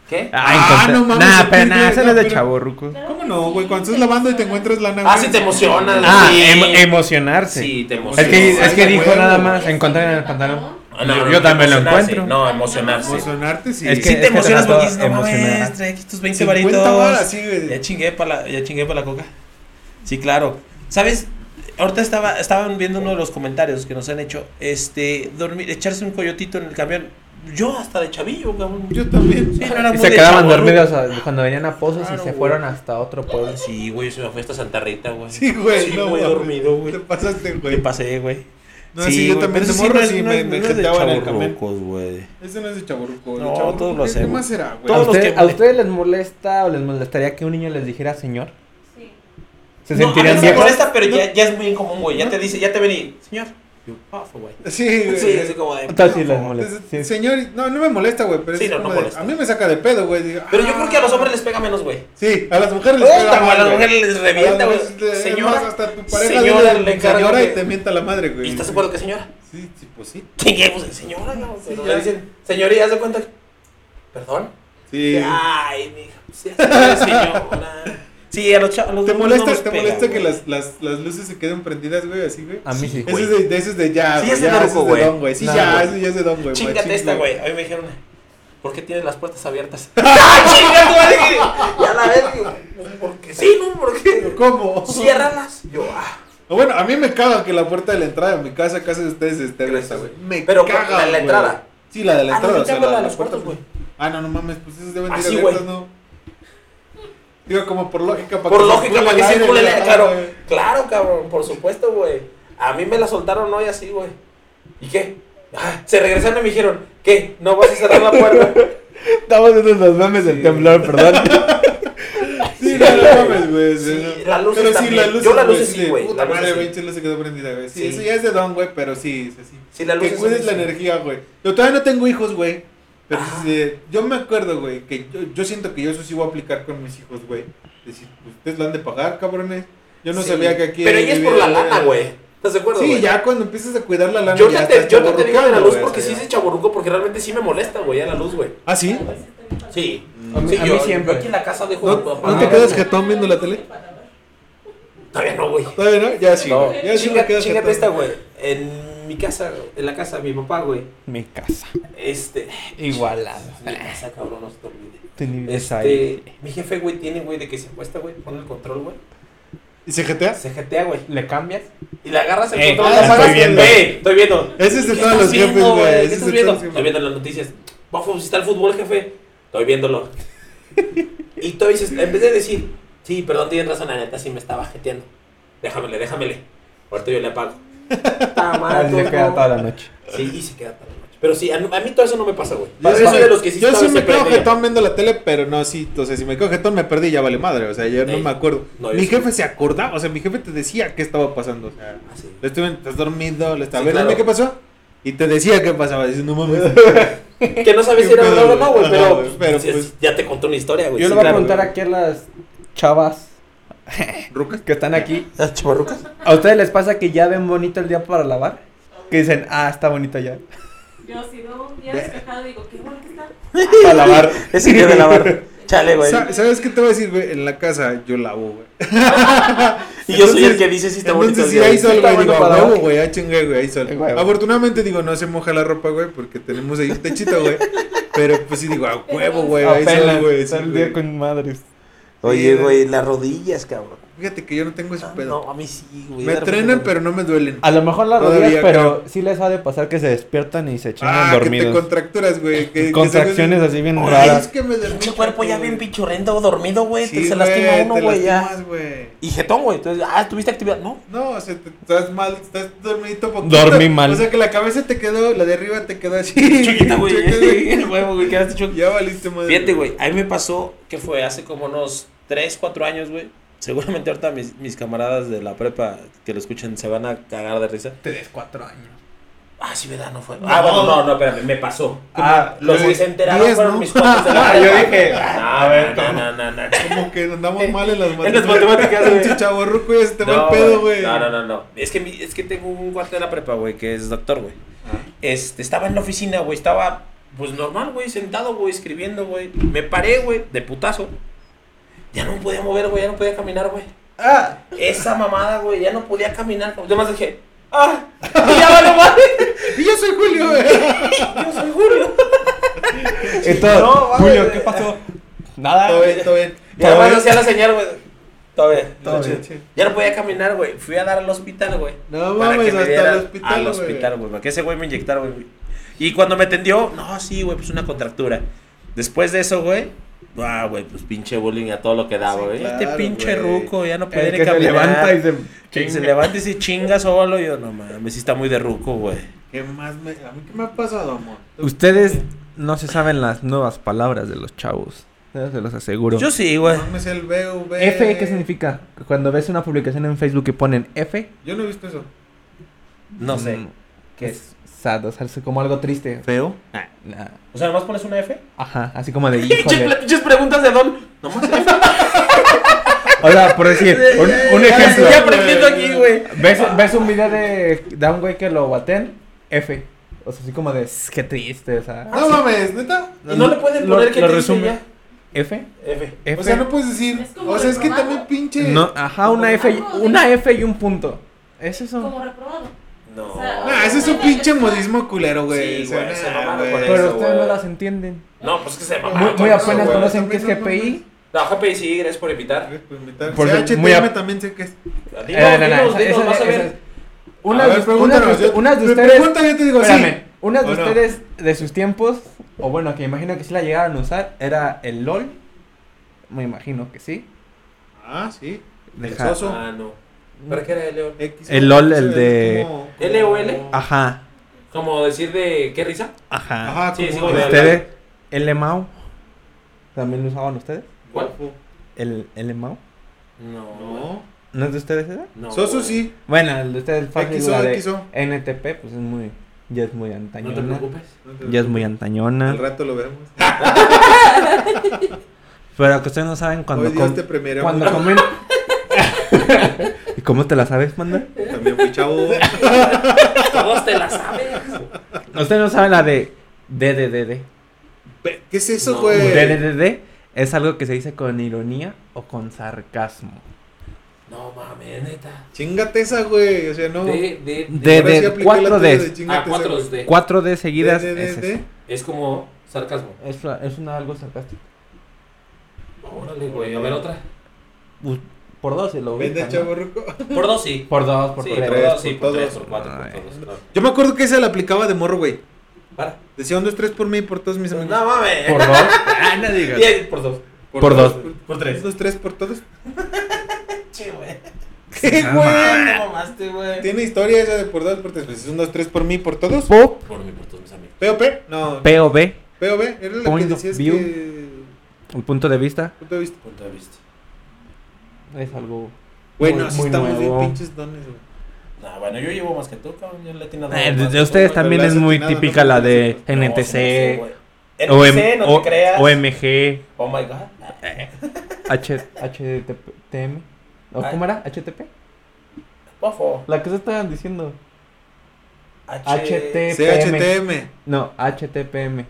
S2: ¿Qué?
S4: Ah,
S5: encontré-
S4: no mames,
S5: Nah,
S4: el
S5: pero
S4: Twitter,
S5: nah, eso no es
S4: no,
S5: de
S4: pero-
S5: chavorrucos.
S4: ¿Cómo no, güey? Cuando estás lavando y te encuentras lana,
S2: Ah,
S4: güey.
S2: sí te emocionas.
S5: Ah,
S2: sí.
S5: em- emocionarse.
S2: Sí, te
S5: es
S2: emocionas.
S6: Pues,
S5: que, es que
S4: Ay,
S5: dijo
S4: huevo.
S5: nada más, encontrar en el pantalón.
S2: Ah, no,
S5: yo-
S2: no,
S5: yo también lo
S2: emocionarse,
S5: encuentro.
S2: No, emocionarse.
S6: Emocionarse.
S4: Emocionarte, sí.
S5: Es
S2: Sí,
S5: que-
S2: te emocionas
S5: trato
S2: porque dices, no
S5: emocionar.
S2: mames, trae aquí tus 20
S4: 50
S2: varitos.
S4: varas, sí, güey.
S2: Ya chingué para la, ya chingué para la coca. Sí, claro. ¿Sabes? Ahorita estaba estaban viendo uno de los comentarios que nos han hecho, este, dormir, echarse un coyotito en el camión. Yo hasta de chavillo, cabrón.
S4: Yo también.
S2: Sí, no era
S5: Y
S2: muy
S5: se
S2: de
S5: quedaban
S2: chavorruco.
S5: dormidos a- cuando venían a pozos
S2: Claro,
S5: y se
S2: güey.
S5: fueron hasta otro pueblo.
S2: Sí, güey, se me fue hasta Santa Rita, güey.
S4: Sí, güey.
S2: Sí,
S4: no,
S2: güey,
S4: mames.
S2: dormido, güey.
S4: Te pasaste,
S2: Me
S4: güey.
S2: pasé, güey.
S4: No, sí, yo
S2: güey,
S4: también
S2: pero
S4: de
S2: eso sí
S4: morro
S2: no es-
S4: sí
S2: no
S4: me
S2: es-
S4: me
S2: no es de
S4: jetaban en el camión.
S2: chavorrucos, güey.
S4: Eso no es de chaburruco. de
S2: No,
S4: chaburruco,
S2: todos lo
S4: ¿qué- ¿Qué
S2: hacemos.
S4: más será, güey?
S5: ¿A,
S2: Todos los
S5: usted-
S2: que-
S5: ¿A ustedes les molesta o les molestaría que un niño les dijera señor?
S6: Sí.
S5: ¿Se
S2: No, a
S5: sentirían
S2: mí se
S5: viejos?
S2: molesta, pero ya, ya es muy incomún, güey. Ya te dice, ya te vení. Señor. Yo, ah, fue, güey.
S4: Sí, güey.
S2: Sí, así como de.
S5: Entonces sí les molesta.
S4: Entonces,
S5: sí.
S4: Señor, no, no me molesta, güey, pero
S2: Sí,
S4: es
S2: no,
S4: como
S2: no
S4: de-
S2: molesta.
S4: a mí me saca de pedo, güey. digo,
S2: Pero yo
S4: ah,
S2: creo que a los hombres les pega menos, güey.
S4: Sí, a las mujeres les
S2: Puta,
S4: pega
S2: güey, a
S4: mal,
S2: las
S4: güey.
S2: mujeres les revienta,
S4: A
S2: güey.
S4: las mujeres, eh,
S2: Señora,
S4: más, hasta tu pareja
S2: señora,
S4: dile,
S2: le encargo
S4: señora
S2: que-
S4: y te mienta la madre, güey.
S2: ¿Y estás de acuerdo que señora?
S4: Sí, sí, pues sí.
S2: Sí, que, pues, señora, no.
S4: Sí,
S2: Pero
S4: ya.
S2: le dicen, señoría, haz de cuenta. que- ¿Perdón?
S4: Sí.
S2: Ay, mija, pues ya sabes, señora. Sí, a los chavos.
S4: ¿Te molesta, te molesta que las, las, las luces se queden prendidas, güey, así, güey?
S5: A mí Ah, sí.
S4: Ese es de, de, ese es de ya,
S2: Sí, es de
S4: ya, ese
S2: naruco, güey.
S4: don, güey. Sí,
S2: No,
S4: ya,
S2: güey.
S4: ese ya es de don, güey.
S2: Chingate
S4: machín,
S2: esta, güey. A mí me dijeron, ¿por qué tienes las puertas abiertas? ¡Ay, chinga tu madre! Ya la ves, digo, porque sí, ¿no? Porque.
S4: ¿Cómo?
S2: Ciérralas. Yo, ah.
S4: O Bueno, a mí me caga que la puerta de la entrada de mi casa, a casa de ustedes, esté abierta,
S2: Gracias,
S4: güey.
S2: güey.
S4: Me
S2: Pero,
S4: caga,
S2: ¿la de la
S4: güey.
S2: entrada?
S4: Sí, la de la
S2: Ah, no,
S4: entrada.
S2: yo
S4: o sea,
S2: te hablo
S4: la
S2: de las puertas, güey.
S4: Ah, no, no mames, pues esas deben
S2: Así,
S4: ir abiertas,
S2: güey.
S4: ¿no? Digo, como por lógica. para
S2: Por
S4: que
S2: lógica, para que
S4: aire,
S2: circule el
S4: güey.
S2: aire, claro. Claro, cabrón, por supuesto, güey. A mí me la soltaron hoy así, güey. ¿Y qué? Ah, se regresaron y me dijeron, ¿qué? ¿No vas a cerrar la puerta?
S5: Estamos en los memes del temblor, perdón.
S4: Sí, no, no mames, güey.
S2: Sí,
S4: sí, no.
S2: las luces
S4: Pero sí,
S2: también.
S4: las luces,
S2: Yo las luces sí,
S4: de
S2: güey,
S4: Puta
S2: las luces
S4: madre,
S2: sí.
S4: güey, chula se quedó prendida, güey. Sí,
S2: Sí.
S4: eso ya es de don, güey, pero sí, es así.
S2: Sí, las
S4: Que
S2: luces
S4: cuides
S2: son-
S4: la energía, güey. Yo todavía no tengo hijos, güey. Pero
S2: Ah.
S4: sí, eh, yo me acuerdo, güey, que yo, yo siento que yo eso sí voy a aplicar con mis hijos, güey. Decir, ustedes lo han de pagar, cabrones. Yo no
S2: Sí.
S4: sabía que aquí.
S2: Pero ella es por la
S4: vivía-
S2: lana, güey. ¿Estás de acuerdo,
S4: Sí,
S2: güey?
S4: ya cuando empiezas a cuidar la lana.
S2: Yo
S4: ya
S2: no te,
S4: estás
S2: yo no te digo de la
S4: chavorruqueando,
S2: luz
S4: güey,
S2: porque
S4: o sea,
S2: sí
S4: ya.
S2: se chaborruco, porque realmente sí me molesta, güey, a la luz, güey.
S4: ¿Ah, sí?
S2: Sí.
S4: A mí-
S2: Sí,
S4: a
S2: yo,
S4: mí siempre.
S2: yo aquí en la casa dejo
S4: ¿No,
S2: la-
S4: no te quedas jetón viendo la tele?
S2: Todavía no, güey.
S4: Todavía no, ya sí.
S2: No.
S4: güey, Ya sí
S2: Chinga-
S4: me quedas jetón.
S2: chingate esta, güey. En mi casa, en la casa de mi papá, güey.
S5: Mi casa.
S2: Este.
S5: Igualada.
S2: Mi casa, cabrón, no se te
S5: Este...
S2: olvide. Este, mi jefe, güey, tiene, güey, de que se acuesta, güey, pone el control, güey.
S4: ¿Y se jetea?
S2: Se jetea, güey.
S5: ¿Le cambias?
S2: Y le agarras el
S5: Eh,
S2: control.
S4: ah,
S2: le
S4: estoy
S2: apagas,
S4: viendo.
S2: güey, estoy viendo.
S4: Ese es de
S2: ¿Qué
S4: todos
S2: estás
S4: los jefes,
S2: viendo,
S4: güey, ese es
S2: ¿Qué estás
S4: de
S2: viendo?
S4: todos los
S2: Estoy viendo las noticias. Bafo, si está el fútbol, jefe. Estoy viéndolo. y tú dices, en vez de decir, sí, perdón, tienes razón, la neta, sí me estaba jeteando. Déjamele, déjamele. Ahorita yo le apago. Está
S3: ah,
S2: mal,
S5: Así se
S2: todo.
S5: queda toda la noche.
S2: Sí, y se queda toda la noche. Pero sí, a, a mí todo eso no me pasa, güey.
S4: Yo,
S2: Yo soy de los que sí
S4: yo
S2: estaba
S4: sí me quedo
S2: sorprendido.
S4: jetón viendo la tele, pero no, sí, o sea, si me quedo jetón me perdí, ya vale madre, o sea, yo no
S2: Ey,
S4: me acuerdo.
S2: no, yo
S4: mi
S2: sí.
S4: jefe se acordaba, o sea, mi jefe te decía qué estaba pasando, o sea,
S2: Ah, sí.
S4: le estuve, estás dormido, le estaba
S2: Sí,
S4: viendo,
S2: claro.
S4: ¿qué pasó? Y te decía qué pasaba, dices, no mames.
S2: Que no sabes si era verdad o no, güey,
S4: Ajá,
S2: pero,
S4: güey, pero,
S2: sí,
S4: pues-
S2: ya te conté una historia, güey.
S5: Yo
S2: sí,
S5: le voy a
S2: claro,
S5: preguntar aquí a las chavas
S4: ¿Rucas?
S5: que están aquí.
S2: güey. ¿Las chavarrucas?
S5: ¿A ustedes les pasa que ya ven bonito el día para lavar? Que dicen, ah, está bonito ya.
S6: Yo si veo un día despejado digo, qué bueno que está.
S5: Para lavar.
S2: Es el día de lavar. Chale, güey.
S4: Sa- ¿Sabes qué te voy a decir, güey? En la casa yo lavo, güey.
S2: Y yo soy
S4: Entonces-
S2: el que dice si está bonito.
S4: Entonces
S2: el
S4: si
S2: día,
S4: hay
S2: güey.
S4: sol,
S5: Está
S4: güey,
S5: bueno
S4: digo,
S5: para
S4: a huevo,
S5: lavar".
S4: güey, ah, chingue, güey, hay sol.
S5: Eh, güey.
S4: Afortunadamente, digo, no se moja la ropa, güey, porque tenemos ahí un techito, güey. Pero pues sí digo, a huevo, güey, hay sol, güey. sí,
S5: está el
S4: güey.
S5: día con madres.
S2: Oye, güey, las rodillas, cabrón.
S4: Fíjate que yo no tengo ese
S2: Ah,
S4: pedo.
S2: No, Ah, a mí sí, güey.
S4: me
S2: de repente
S4: trenan,
S2: me-
S4: pero no me duelen.
S5: A lo mejor las
S4: Todavía,
S5: rodillas, pero
S4: cabrón.
S5: sí les ha de pasar que se despiertan y se echan
S4: Ah, que te
S5: dormidos.
S4: contracturas, güey. que- que se-
S5: Contracciones así bien
S4: Ay, Es
S5: raras.
S4: que me dormí.
S2: Pinche cuerpo ya
S4: chato,
S2: bien
S4: güey.
S2: pichurrendo, dormido, güey. te
S4: Sí,
S2: se lastima
S4: güey,
S2: uno,
S4: te
S2: güey, ya.
S4: lastimas, güey.
S2: Y jetón, güey. Entonces, ah, tuviste actividad. No.
S4: No, o sea, te- estás mal, estás dormidito poquito.
S5: Dormí mal.
S4: O sea, que la cabeza te quedó, la de arriba te quedó así.
S2: Chiquita, güey.
S4: Chiquita, güey.
S2: El huevo, güey. Quedaste chueco.
S4: Ya valiste madre.
S2: Fíjate, güey, a mí me pasó que fue hace como unos 3, 4 años, güey. Seguramente ahorita mis, mis camaradas de la prepa que lo escuchen se van a cagar de risa.
S5: Tres, cuatro años.
S2: Ah, sí, ¿verdad? No fue. Ah, bueno, no, no, espérame, me pasó.
S5: Ah,
S2: Los que se enteraron
S4: Diez,
S2: fueron
S4: ¿no?
S2: mis compas de la
S5: Ah, yo
S2: prepa.
S5: dije,
S2: Ah, a ver, no, no, no, no.
S4: Como que andamos mal en las
S2: En las matemáticas, güey.
S4: Tu chaborruco ya se te va
S2: No,
S4: el pedo, güey.
S2: güey, No, no, no, no. Es que, mi- es que tengo un cuate de la prepa, güey, que es doctor, güey.
S4: Ah.
S2: Este, estaba en la oficina, güey, estaba, pues, normal, güey, sentado, güey, escribiendo, güey. Me paré, güey, de putazo. Ya no me podía mover, güey, ya no podía caminar, güey.
S5: Ah,
S2: Esa mamada, güey, ya no podía caminar. Yo más dije, ¡ah! y ya vale, madre.
S4: Y yo soy Julio, güey.
S2: Yo soy Julio.
S5: entonces,
S2: No, vale.
S5: Julio, ¿qué pasó?
S2: Ah,
S5: Nada.
S4: Todo bien, todo bien.
S2: Ya
S5: Todo
S2: además
S5: bien.
S2: hacía la señal, güey. Todavía.
S5: Todo
S4: Sí,
S5: bien.
S4: sí.
S2: Ya no podía caminar, güey. Fui a dar al hospital, güey.
S4: No
S2: Para
S4: mames,
S2: que me
S4: hasta
S2: diera
S4: el hospital,
S2: Al
S4: güey.
S2: hospital, güey. Para que ese güey me inyectara, güey. Y cuando me tendió, no, sí, güey, pues una contractura. Después de eso, güey. Ah, güey, pues pinche bullying a todo lo que daba,
S4: Sí,
S2: güey.
S4: claro,
S2: este pinche
S4: güey. Eh,
S2: ruco, ya no
S5: El
S2: puede ni
S5: que se
S2: caminar.
S5: levanta y se
S2: Que se
S5: chinga.
S2: levanta y se chinga solo. Y yo, no mames, sí está muy de ruco, güey.
S4: ¿Qué más me... A mí qué me ha pasado, amor?
S5: Ustedes no se saben las nuevas palabras de los chavos. Eso Se los aseguro.
S2: Yo sí, güey.
S4: No me sé el BV.
S5: F, ¿qué significa? Cuando ves una publicación en Facebook que ponen F,
S4: Yo no he visto eso.
S2: No sé.
S5: mm,
S2: ¿Qué es? Ah.
S5: sad, o sea, es como algo triste.
S4: ¿Feo?
S5: Nah.
S2: O sea, nomás pones una F.
S5: Ajá, así como de
S2: Pinches
S5: híjole.
S2: pinches preguntas de Don. Nomás F.
S5: Ahora, por decir, un, un ejemplo.
S2: Estoy aprendiendo aquí, güey.
S5: ¿Ves, ves un video de, de un güey que lo baten? F. O sea, así como de "S- qué triste, o sea.
S4: No mames, ¿neta?
S2: Y no le pueden
S5: Lo-
S2: poner que
S5: lo
S2: te
S5: resume.
S2: ya.
S5: F.
S2: F.
S5: F.
S4: O sea, no puedes decir...
S6: Es como
S4: O sea, es que
S6: reprobado.
S4: también pinche...
S5: No, ajá, una F, y- una F y un punto. ¿Es eso?
S6: Como reprobado.
S2: No.
S6: O sea,
S4: Ah, ese es un pinche modismo culero, güey. O
S2: Sí,
S4: sea,
S2: güey, se
S4: nah,
S2: mamaron
S4: güey. Ah,
S2: con
S5: Pero
S2: eso,
S5: ustedes no
S2: güey.
S5: las entienden.
S2: No, pues que se mamaron.
S5: Muy, muy
S2: con
S5: apenas
S2: eso, güey.
S5: conocen qué es
S4: también no
S5: GPI.
S2: No, JPI sí, gracias por invitar.
S4: Gracias por invitarme.
S5: Por
S4: Pues, Sí,
S5: ser
S4: HTM
S5: muy ap-
S4: también sé que es.
S2: Dinos,
S5: Eh, no, no,
S2: dinos,
S5: esa-
S2: dinos,
S5: esa-
S2: vas a
S5: esa-
S2: ver.
S5: Unas,
S4: ver,
S5: de-
S4: pregúntanos,
S5: unas de-
S4: yo-
S5: unas de
S4: me
S5: ustedes.
S4: pregunta, yo te digo, sí.
S5: espérame, Unas de
S4: ¿O no?
S5: ustedes de sus tiempos, o bueno, que imagino que sí la llegaron a usar, era el LOL. Me imagino que sí.
S4: Ah, sí.
S5: Deja-
S4: Sexoso.
S2: Ah, no. ¿Para qué era el León?
S4: X.
S5: El LOL, el
S4: Es
S5: de-
S4: como- como-
S2: LOL.
S5: Ajá,
S2: Como decir de qué risa.
S5: ajá.
S4: Ajá,
S2: Sí, sí,
S4: como-
S2: güey.
S5: ¿Ustedes? ¿El MAU? ¿También lo usaban ustedes?
S2: ¿Cuál?
S5: ¿El, el MAU?
S2: No.
S4: No.
S5: ¿No es de ustedes esa?
S2: No.
S4: Soso
S2: güey.
S4: sí.
S5: Bueno, el de ustedes fácil,
S4: XO,
S5: la de
S4: XO.
S5: NTP, pues es muy, ya es muy
S2: No te
S5: antañona.
S2: preocupes.
S5: ya es muy antañona.
S4: Al rato lo veremos.
S5: Pero que ustedes no
S4: este
S5: saben cuando...
S4: Hoy Dios
S5: com-
S4: te premiaremos.
S5: Cuando comen... ¿Y cómo te la sabes, manda?
S7: también fui chavo.
S8: Todos te la sabes.
S5: Usted no sabe la de DDDD.
S4: Ve, ¿Qué es eso,
S8: No,
S4: güey?
S5: DDDD es algo que se dice con ironía o con sarcasmo.
S8: No mames, neta.
S4: Chingate esa, güey. O sea, no.
S8: De, de,
S5: De-
S4: Ahora sí apliqué la
S5: cuatro
S4: tuya
S5: Ds.
S4: de
S8: Ah,
S4: chingate esa,
S8: cuatro
S4: güey.
S8: de.
S5: 4D seguidas
S4: De, de,
S5: es,
S4: de,
S5: eso.
S4: de.
S8: Es como sarcasmo.
S5: Es una- es una algo sarcástico.
S8: Órale, güey. A ver otra.
S5: Us- Por dos se lo
S4: Vende,
S5: ubican, ¿no?
S4: chavo ruco.
S8: Por dos sí.
S5: Por dos, por
S8: Sí,
S5: tres.
S8: por dos, sí,
S4: por
S8: por
S4: todos.
S8: tres, por cuatro, por
S5: Ay.
S8: todos. claro.
S4: Yo me acuerdo que esa la aplicaba de morro, güey.
S8: Para.
S4: Decía un, dos, tres por mí y por todos mis amigos.
S8: No mames.
S5: Por dos. Ah, no digas.
S8: Bien, por dos.
S5: por dos.
S8: Por
S4: Un,
S8: tres.
S4: dos, tres por todos.
S8: Che, güey.
S4: ¿Qué, güey?
S8: No mamaste, güey.
S4: Tiene historia esa de por dos por tres. Pues, un, dos, tres por mí y por todos.
S5: Pop,
S8: Por mí, por todos mis amigos.
S4: POP. No.
S5: POV,
S4: POV. Era la que
S5: Point of
S4: decías
S5: view.
S4: que.
S5: el punto de vista,
S4: Punto de vista.
S8: Punto de vista.
S5: es algo...
S4: Güey,
S5: Muy-
S4: no, sí
S5: muy
S4: estamos
S5: nuevo.
S4: bien pinches dones, güey.
S8: Nah, bueno, yo llevo más que tú, cabrón. Yo le he atinado
S5: Eh, de,
S8: más
S5: de
S8: que
S5: ustedes
S8: tú, güey.
S5: también
S4: pero
S5: es
S4: la has
S5: muy
S4: atinado, ¿no?
S5: típica la de
S8: No, sí me sé,
S5: NTC,
S8: güey. NTC,
S5: OM,
S8: no te creas.
S5: OMG,
S8: Oh my god.
S5: H- Ah. HTTM, ¿o
S8: Ay.
S5: cómo era? ¿HTTP?
S8: Bofo.
S5: La que se estaban diciendo.
S8: H.
S5: HT.
S4: CHTM.
S5: No, HTPM.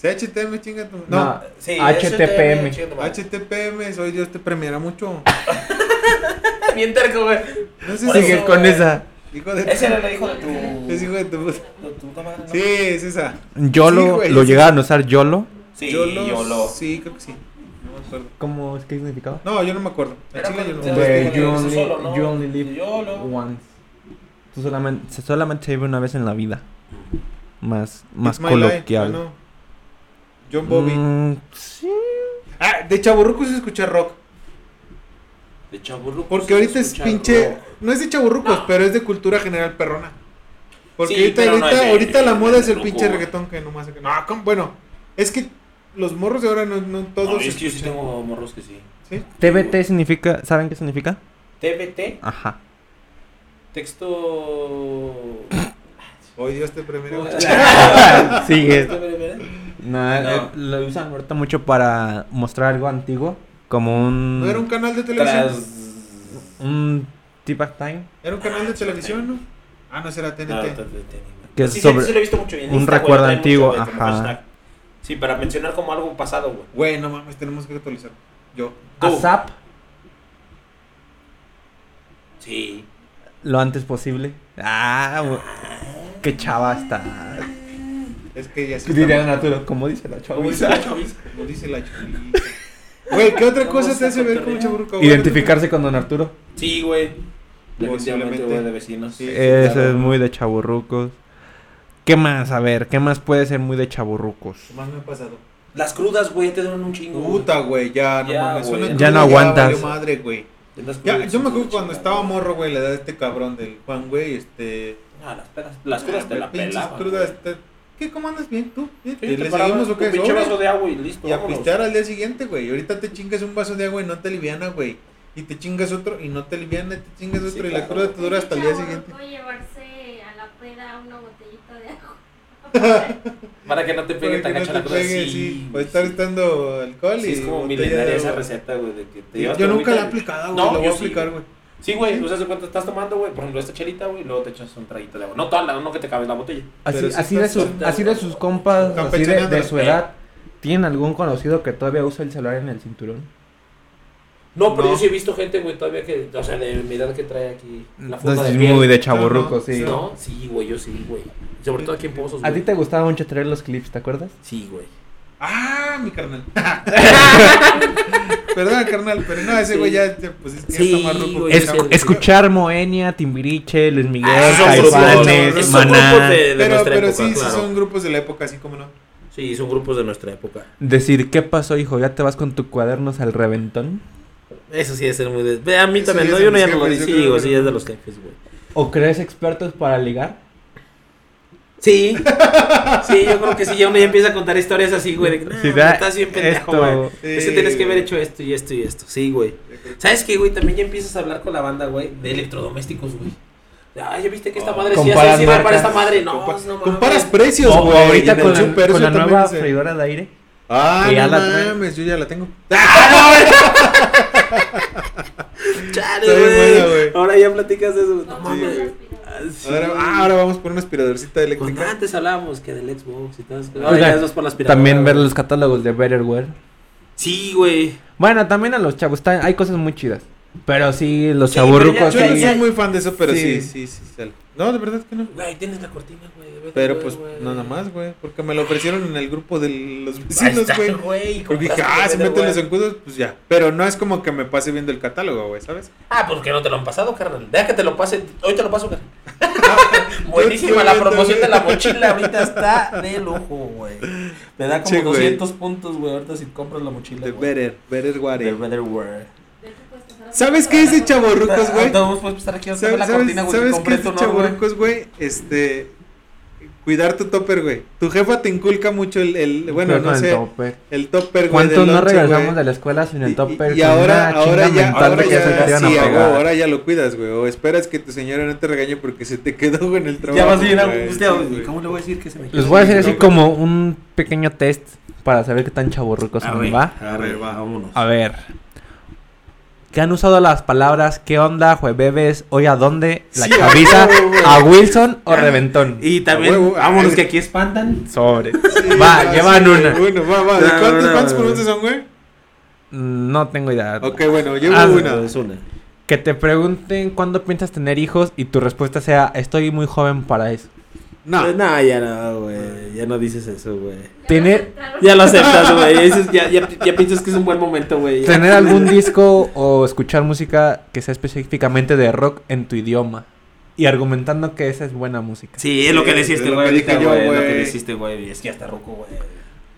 S4: CHTM, chinga tu. No.
S5: No,
S8: Sí,
S5: HTPM.
S8: chinga tu madre.
S4: HTPM, soy Dios te premiará mucho.
S8: Bien terco, güey.
S4: No sé
S8: Por
S4: si.
S5: Sigue
S8: eso,
S5: con
S8: güey.
S5: esa.
S4: Hijo de
S8: Ese era el hijo de tu.
S4: Es hijo de tu puta.
S8: de tu puta madre, ¿no?
S4: Sí, es esa. Sí,
S5: Yolo,
S4: güey,
S5: lo
S4: sí.
S5: llegaban a usar YOLO.
S8: Sí, yo
S4: Yolo,
S8: lo.
S4: Sí, creo que sí. No me acuerdo.
S5: ¿Cómo es que significaba?
S4: No, yo no me acuerdo. En Chile yo no me
S5: Güey,
S8: Era
S4: acuerdo.
S8: como
S5: you
S8: de eso
S5: only,
S8: solo, ¿no?
S5: you only live
S8: YOLO.
S5: once. Tú solamente, se solamente vive una vez en la vida. Más, más
S4: It's my life.
S5: coloquial.
S4: Ah, no. John Bobby.
S5: Mm, sí.
S4: Ah, de chaburruco se escucha rock.
S8: De chaburrucos.
S4: Porque ahorita es
S8: escucha
S4: pinche.
S8: rock.
S4: No es de chaburrucos, pero es de cultura general perrona. Porque
S8: Sí,
S4: ahorita,
S8: pero no
S4: ahorita,
S8: es de-
S4: ahorita la moda es el
S8: de
S4: pinche
S8: ruco.
S4: reggaetón que nomás. No, Ah, ¿cómo? bueno, es que los morros de ahora no, no todos.
S8: No, es que yo sí
S4: escuchan.
S8: tengo morros que sí.
S4: ¿Sí?
S5: TBT significa, ¿saben qué significa?
S8: TBT,
S5: Ajá.
S8: texto.
S4: Hoy Dios te premio.
S5: Sigue.
S8: ¿No
S5: No,
S8: No.
S5: eh, lo usan ahorita mucho para mostrar algo antiguo, como un
S4: ¿No era un canal de televisión?
S8: Tras.
S5: un tip back time,
S4: Era un canal de televisión, ¿no? Ah, no, será TNT.
S8: No, te- te-
S5: que
S8: te-
S5: es
S8: Sí, sí,
S5: sobre
S8: sí, lo he visto mucho bien.
S5: un
S8: Insta, güey,
S5: recuerdo
S8: trae
S5: antiguo,
S8: güey, como
S5: ajá.
S8: hashtag. Sí, para mencionar como algo pasado, güey.
S4: Güey, no mames, tenemos que actualizar. Yo.
S8: Tú.
S5: ASAP
S8: Sí.
S5: lo antes posible. Ah, bu- qué chava está.
S4: Es que ya se
S5: Diría Arturo, como dice la
S8: ¿Cómo
S5: chaviza.
S8: dice la chaviza?
S4: Como dice la chavita. Güey, ¿qué otra cosa
S8: Vamos
S4: te
S8: a
S4: hace ver como
S8: cotorrear.
S4: chaburruco? güey?
S5: Identificarse con Don Arturo.
S8: Sí, güey.
S4: Posiblemente.
S8: Definitivamente, güey, de vecinos.
S4: Sí.
S5: Eso
S8: claro.
S5: es muy de chaburrucos. ¿Qué más? A ver, ¿qué más puede ser muy de chaburrucos?
S4: ¿Qué más me ha pasado?
S8: Las crudas, güey, te duran un chingo. güey.
S4: Puta, güey, ya, no
S8: Ya,
S4: mames.
S8: güey.
S4: suena
S5: Ya no
S4: crudo,
S5: aguantas.
S4: valió madre, güey.
S8: Las crudas
S4: Ya,
S8: son
S4: yo me acuerdo
S8: una
S4: cuando
S8: chingada.
S4: estaba morro, güey, la edad de este cabrón del Juan, güey, este...
S8: Ah, las pedas. Las crudas te la
S4: pinches
S8: pelaban.
S4: crudas,
S8: güey.
S4: te- ¿Qué, cómo andas bien tú? ¿Eh?
S8: Sí,
S4: ¿Te
S8: te
S4: ¿Le
S8: paraban
S4: seguimos o
S8: un
S4: qué?
S8: pinche
S4: Sobre.
S8: vaso de agua y listo.
S4: Y a
S8: vámonos.
S4: pistear al día siguiente, güey. Y ahorita te chingas un vaso de agua y no te liviana, güey. Y te chingas otro y no te liviana, y te chingas otro y la
S8: claro.
S4: cruda te dura hasta el día siguiente.
S6: Puede llevarse a la peda una botellita de agua.
S8: Para que no te pegue tan
S4: Para que
S8: gacha
S4: no
S8: la
S4: te
S8: cruda.
S4: pegue, Pues
S8: Sí,
S4: O estar
S8: sí.
S4: estando alcohol
S8: Sí,
S4: y
S8: es como
S4: botella de
S8: milenaria esa
S4: agua.
S8: receta, güey, de que te
S4: Yo,
S8: llevas tu
S4: nunca la he
S8: agüita y-
S4: aplicado, güey.
S8: No,
S4: la voy
S8: yo
S4: a
S8: sí,
S4: aplicar, güey.
S8: Sí, güey, o sea, se cuenta, estás tomando, güey, por ejemplo, esta chelita, güey, y luego te echas un traguito de agua. No toda la, no que te cabes la botella.
S5: Así,
S4: Pero sí
S5: así, de,
S4: estás
S5: sus, así de sus compas, así de, de su
S4: Campechaneándola.
S5: edad, ¿tienen algún conocido que todavía usa el celular en el cinturón?
S8: No, pero
S4: No.
S8: yo sí he visto gente, güey, todavía que, o sea, de mi edad que trae aquí la funda
S5: Entonces
S8: de
S5: es
S8: piel.
S5: muy de
S4: No,
S5: chaburruco,
S4: no,
S5: sí.
S8: ¿No? Sí, güey, yo sí, güey. Sobre todo aquí en Pozos,
S5: A
S8: güey.
S5: ti te gustaba mucho traer los clips, ¿te acuerdas?
S8: Sí, güey.
S4: Ah, mi carnal. Perdón, carnal, pero no, ese güey ya, te- pues es que
S8: Sí,
S4: ya está más rojo.
S8: güey,
S4: que
S5: Es-
S4: la
S8: sí,
S4: boca.
S5: escuchar Moenia, Timbiriche, Luis Miguel,
S8: Ah, son
S4: grupos,
S5: Caifanes,
S4: son
S8: grupos
S5: Maná.
S8: Eh, de-
S4: Pero,
S8: nuestra
S4: pero
S8: época,
S4: sí, sí
S8: claro.
S4: son grupos de la época, así como no.
S8: Sí, son grupos de nuestra época.
S5: Decir, ¿qué pasó, hijo? ¿Ya te vas con tu cuadernos al reventón?
S8: Eso sí es ser muy de... Ve, A mí
S4: Eso
S8: también,
S4: ya
S8: no,
S4: es de
S8: yo no
S4: mis
S8: ya no lo
S4: jefes,
S8: digo,
S4: yo creo
S8: sí,
S4: que-
S8: es de los jefes, güey.
S5: ¿O crees expertos para ligar?
S8: Sí, sí, yo creo que sí, ya uno ya empieza a contar historias así, güey, de que, "No,
S5: Si da
S8: estás bien pendejo,
S5: esto-
S8: güey.
S4: Sí,
S8: es que tienes que haber
S4: güey.
S8: hecho esto y esto y esto, sí, güey. ¿Sabes qué, güey? También ya empiezas a hablar con la banda, güey, de electrodomésticos, güey. Ah, ya viste que esta madre sí
S5: Comparas
S8: hace, sí da para
S5: marcas.
S8: esta madre. No,
S4: Compa-
S8: no mames.
S4: comparas precios,
S5: O
S4: güey.
S5: ahorita
S4: en el
S5: con la,
S4: súper,
S5: con
S4: eso
S5: la
S4: también
S5: nueva
S4: es de-
S5: freidora de aire.
S4: Ah,
S5: que ya
S4: no
S5: la traen.
S4: mames, yo ya la tengo.
S2: Chale,
S4: Está bien
S2: güey.
S4: buena, güey.
S2: Ahora ya platicas de eso. No
S4: Sí,
S2: mames.
S4: güey.
S2: Ah, sí.
S4: Ahora, ah, ahora vamos por una aspiradorcita
S2: Cuando
S4: eléctrica.
S2: antes hablábamos que del Xbox y todas esas cosas. Ahora ya
S5: Oigan,
S2: es dos por las piratas.
S5: También ver los catálogos de Betterware.
S2: Sí, güey.
S5: Bueno, también a los chavos, está- hay cosas muy chidas. Pero sí, los
S2: Sí,
S5: chaburrucos.
S4: Yo no
S2: pero ya-
S5: sí.
S4: soy muy fan de eso, pero sí,
S5: Sí.
S4: sí, sí, sale. No, de verdad que no.
S2: Güey, tienes la cortina, güey. de verdad,
S4: Pero
S2: güey,
S4: pues
S2: güey.
S4: nada más, güey. Porque me lo ofrecieron en el grupo de los
S2: Ahí
S4: vecinos,
S2: está,
S4: güey.
S2: güey.
S4: Porque dije,
S2: compraste
S4: ah, si
S2: Better
S4: meten los
S2: Way.
S4: encuentros, pues ya. Pero no es como que me pase viendo el catálogo, güey, ¿sabes?
S2: Ah, pues que no te lo han pasado, carnal. Deja que te lo pase. Hoy te lo paso, carnal.
S4: Yo
S2: Buenísima
S4: estoy
S2: la
S4: viendo,
S2: promoción de
S4: güey.
S2: la mochila. Ahorita está de lujo, güey. Te da como
S4: Che, güey.
S2: 200 puntos, güey. Ahorita si compras la mochila.
S4: The
S2: güey.
S4: Better, Better
S2: The
S4: Water.
S2: Better World.
S4: ¿Sabes qué es de chaborrucos, güey?
S2: Todos puedes estar aquí a
S4: ¿Sabes,
S2: la
S4: sabes,
S2: cortina, güey.
S4: sabes qué
S2: que compré
S4: es
S2: esto,
S4: de
S2: ¿no, güey?
S4: chaborrucos, güey? Este. Cuidar tu topper, güey. Tu jefa te inculca mucho el. el- bueno,
S5: Pero con
S4: no
S5: el
S4: sé.
S5: topper.
S4: El topper, güey.
S5: ¿Cuántos
S4: del
S5: no
S4: lonche,
S5: regresamos
S4: güey?
S5: de la escuela sin
S4: Y-
S5: el
S4: y-
S5: topper?
S4: Y
S5: con
S4: ahora,
S5: una
S4: ahora
S5: chinga
S4: ya,
S5: mental
S4: ahora
S5: de que se te
S4: ya,
S5: iban a
S4: sí, a huevo,
S5: pegar.
S4: ahora ya lo cuidas, güey. O esperas que tu señora no te regañe porque se te quedó en el trabajo.
S2: Ya vas bien
S4: güey.
S2: angustiado.
S4: Sí, güey.
S2: ¿Cómo le voy a decir que se me
S5: Les voy a hacer así
S4: No,
S5: como un pequeño test para saber qué tan chaburrucos
S2: A
S5: son,
S2: ver,
S5: ¿va?
S2: a ver, vámonos.
S5: A ver. ¿Qué han usado las palabras qué onda, jueves, hoy a dónde, la
S4: Sí, a
S5: chaviza,
S4: huevo, güey.
S5: a Wilson o reventón?
S2: Y también,
S4: A huevo, a
S2: vámonos
S4: ver.
S2: que aquí espantan.
S5: Sobre.
S4: Sí,
S5: Va, llevan
S4: sí,
S5: una.
S4: Bueno, va, va.
S2: No,
S4: ¿De cuántos,
S2: no,
S4: cuántos
S2: no.
S4: preguntas son, güey?
S5: No tengo idea.
S4: Ok, bueno, llevo
S5: Ah,
S4: una.
S2: Es una.
S5: Que te pregunten cuándo piensas tener hijos y tu respuesta sea, estoy muy joven para eso.
S4: No.
S2: Pues, No, Ah. ya no, güey. Ya no dices eso, güey.
S5: Tener,
S2: Ya lo aceptas, güey. Ya dices- Ya, ya, ya piensas que es un buen momento, güey. Ya.
S5: tener algún disco o escuchar música que sea específicamente de rock en tu idioma. Y argumentando que esa es buena música.
S2: Sí, es lo que
S4: Sí,
S2: decís,
S4: es lo
S2: güey.
S4: que dije
S2: ahorita,
S4: yo,
S2: güey, Es lo
S4: güey.
S2: que deciste, güey. Es que ya está roco, güey.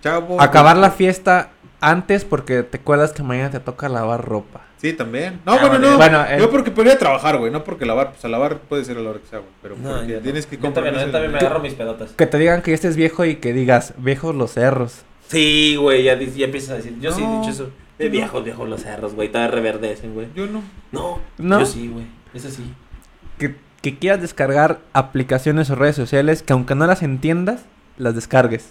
S4: Chavo.
S5: Acabar la fiesta antes porque te acuerdas que mañana te toca lavar ropa.
S4: Sí, también. No,
S2: Ah,
S4: bueno,
S2: vale.
S4: no.
S5: Bueno, el-
S4: Yo porque podría trabajar, güey. No porque lavar. Pues a lavar puede ser a la hora que sea, güey. Pero
S2: No,
S4: porque
S2: ya no.
S4: tienes que
S2: Yo
S4: comprar.
S2: también, yo también me agarro mis pedotas.
S5: Que te digan que ya estés viejo y que digas, viejos los cerros.
S2: Sí, güey, ya, dices- ya empiezas a decir. Yo sí he
S4: No,
S2: dicho eso. De
S4: no.
S2: viejos, viejos los cerros, güey. Todavía reverdecen, güey.
S4: Yo no.
S2: No,
S5: No.
S2: Yo sí, güey. Eso sí.
S5: Que, que quieras descargar aplicaciones o redes sociales que aunque no las entiendas, las descargues.